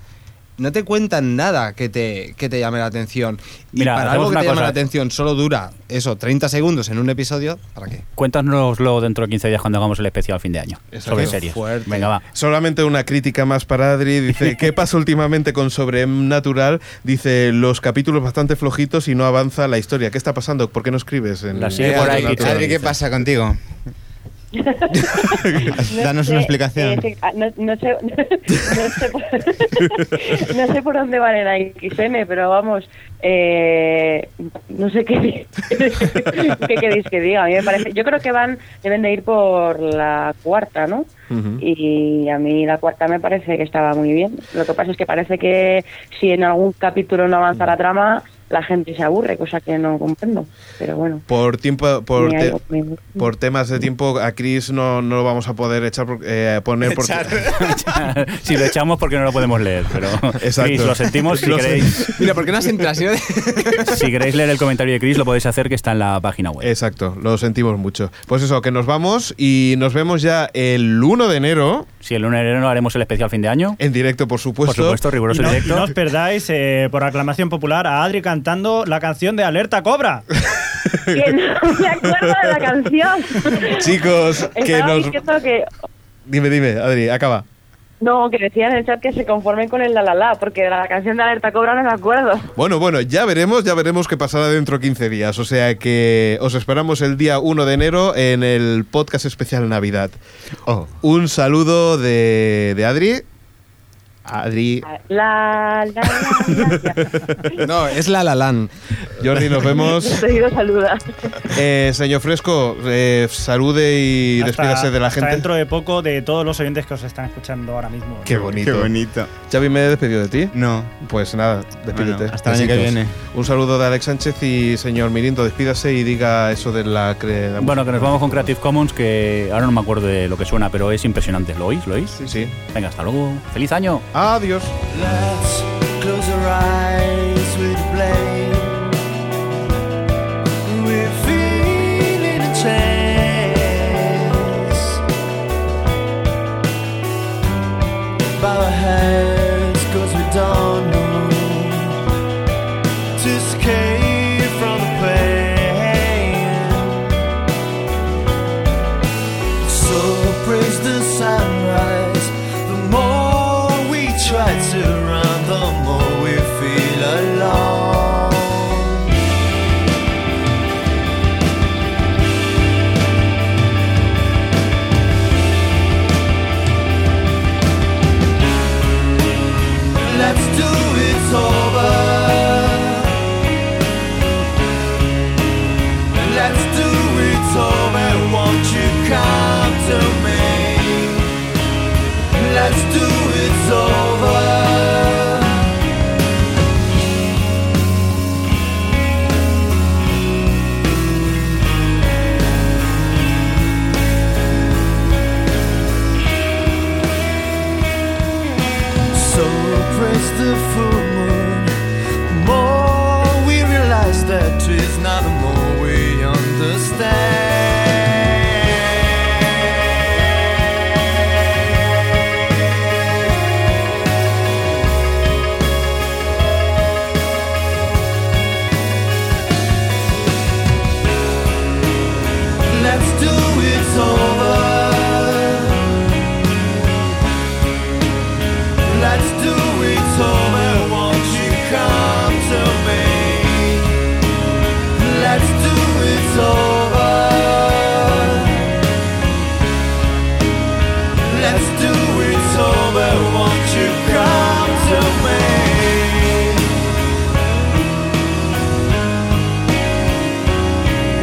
no te cuentan nada que te, que te llame la atención. Y Mira, para hacemos algo que una te llame cosa. la atención solo dura eso, 30 segundos en un episodio, ¿para qué? Cuéntanoslo dentro de 15 días cuando hagamos el especial fin de año. Exacto. Sobre Qué series. fuerte. Venga, va. [laughs] Solamente una crítica más para Adri. Dice, ¿qué pasa últimamente con Sobrenatural? Dice, los capítulos bastante flojitos y no avanza la historia. ¿Qué está pasando? ¿Por qué no escribes? En La Eh, sigue por ahí, Adri, Kicho, Adri, ¿qué dice. pasa contigo? No Danos sé, una explicación. eh, sí, ah, no, no sé, [laughs] no, sé por, [laughs] no sé por dónde van en la XM, pero vamos, eh, no sé qué, [laughs] qué queréis que diga. A mí me parece, yo creo que van, deben de ir por la cuarta, ¿no? Ujú. Y a mí la cuarta me parece que estaba muy bien. Lo que pasa es que parece que si en algún capítulo no avanza la trama, la gente se aburre, cosa que no comprendo. [laughs] Pero bueno. Por tiempo, por, ni te- algo me- por temas de tiempo, a Chris no, no lo vamos a poder echar por- eh, poner porque... si lo echamos porque no lo podemos leer, pero Exacto. Chris, lo sentimos. Si Lo queréis, Mira, ¿por qué no has entrado? Si no- si queréis leer el comentario de Chris, lo podéis hacer que está en la página [laughs] web. Exacto, lo sentimos mucho. Pues eso, que nos vamos y nos vemos ya el 1 de enero, Si el 1 de enero haremos el especial fin de año, en directo, por por supuesto. supuesto, Y riguroso no, y directo. no os perdáis, eh, por aclamación popular, a Adri cantando la canción de Alerta Cobra. Que no me acuerdo de la canción. [laughs] Chicos, que Estaba nos... diciendo que Dime, dime, Adri, acaba. No, que decían en el chat que se conformen con el la la la, porque de la canción de Alerta Cobra no me acuerdo. Bueno, bueno, ya veremos, ya veremos qué pasará dentro de 15 días. O sea que os esperamos el día 1 de enero en el podcast especial Navidad. Oh. Un saludo de, de Adri. Adri. La la la. [laughs] la. [laughs] No, es La La Land. Jordi, nos [laughs] vemos. Seguido saluda. Eh, señor Fresco, eh, salude y despídase de la hasta gente. dentro de poco de todos los oyentes que os están escuchando ahora mismo. Qué bonito. Qué bonito. Xavi, me he despedido de ti. No. Pues nada, despídete. Bueno, hasta el año que Besitos. viene. Un saludo de Alex Sánchez y señor Mirinto, despídase y diga eso de la cre- Bueno, que nos vamos con Creative Commons, que ahora no me acuerdo de lo que suena, pero es impresionante. ¿Lo oís? ¿Lo oís? Sí, sí. Venga, hasta luego. ¡Feliz año! Adiós. Let's close our eyes with blame. We're feeling a chance. Bow our heads 'cause we don't know to escape from the pain. So praise the sunrise. The more we try to run, the more we feel alone. Let's do it over. Let's do it over. Won't you come to me? Let's do it over. So praise the full moon. The more we realize that it's not the more we understand. Let's do it over. Let's do it over. Won't you come to me? Let's do it over. Let's do it over. Won't you come to me?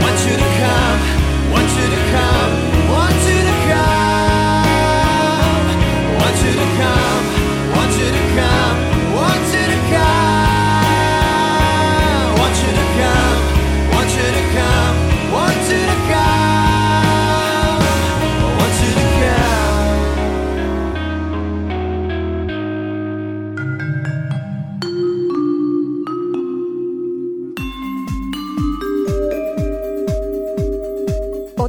Want you to come, want you to come, want you to come, want you to come, want you to come, want you to come, want you to come, want you to come, want you to come, want you to come. O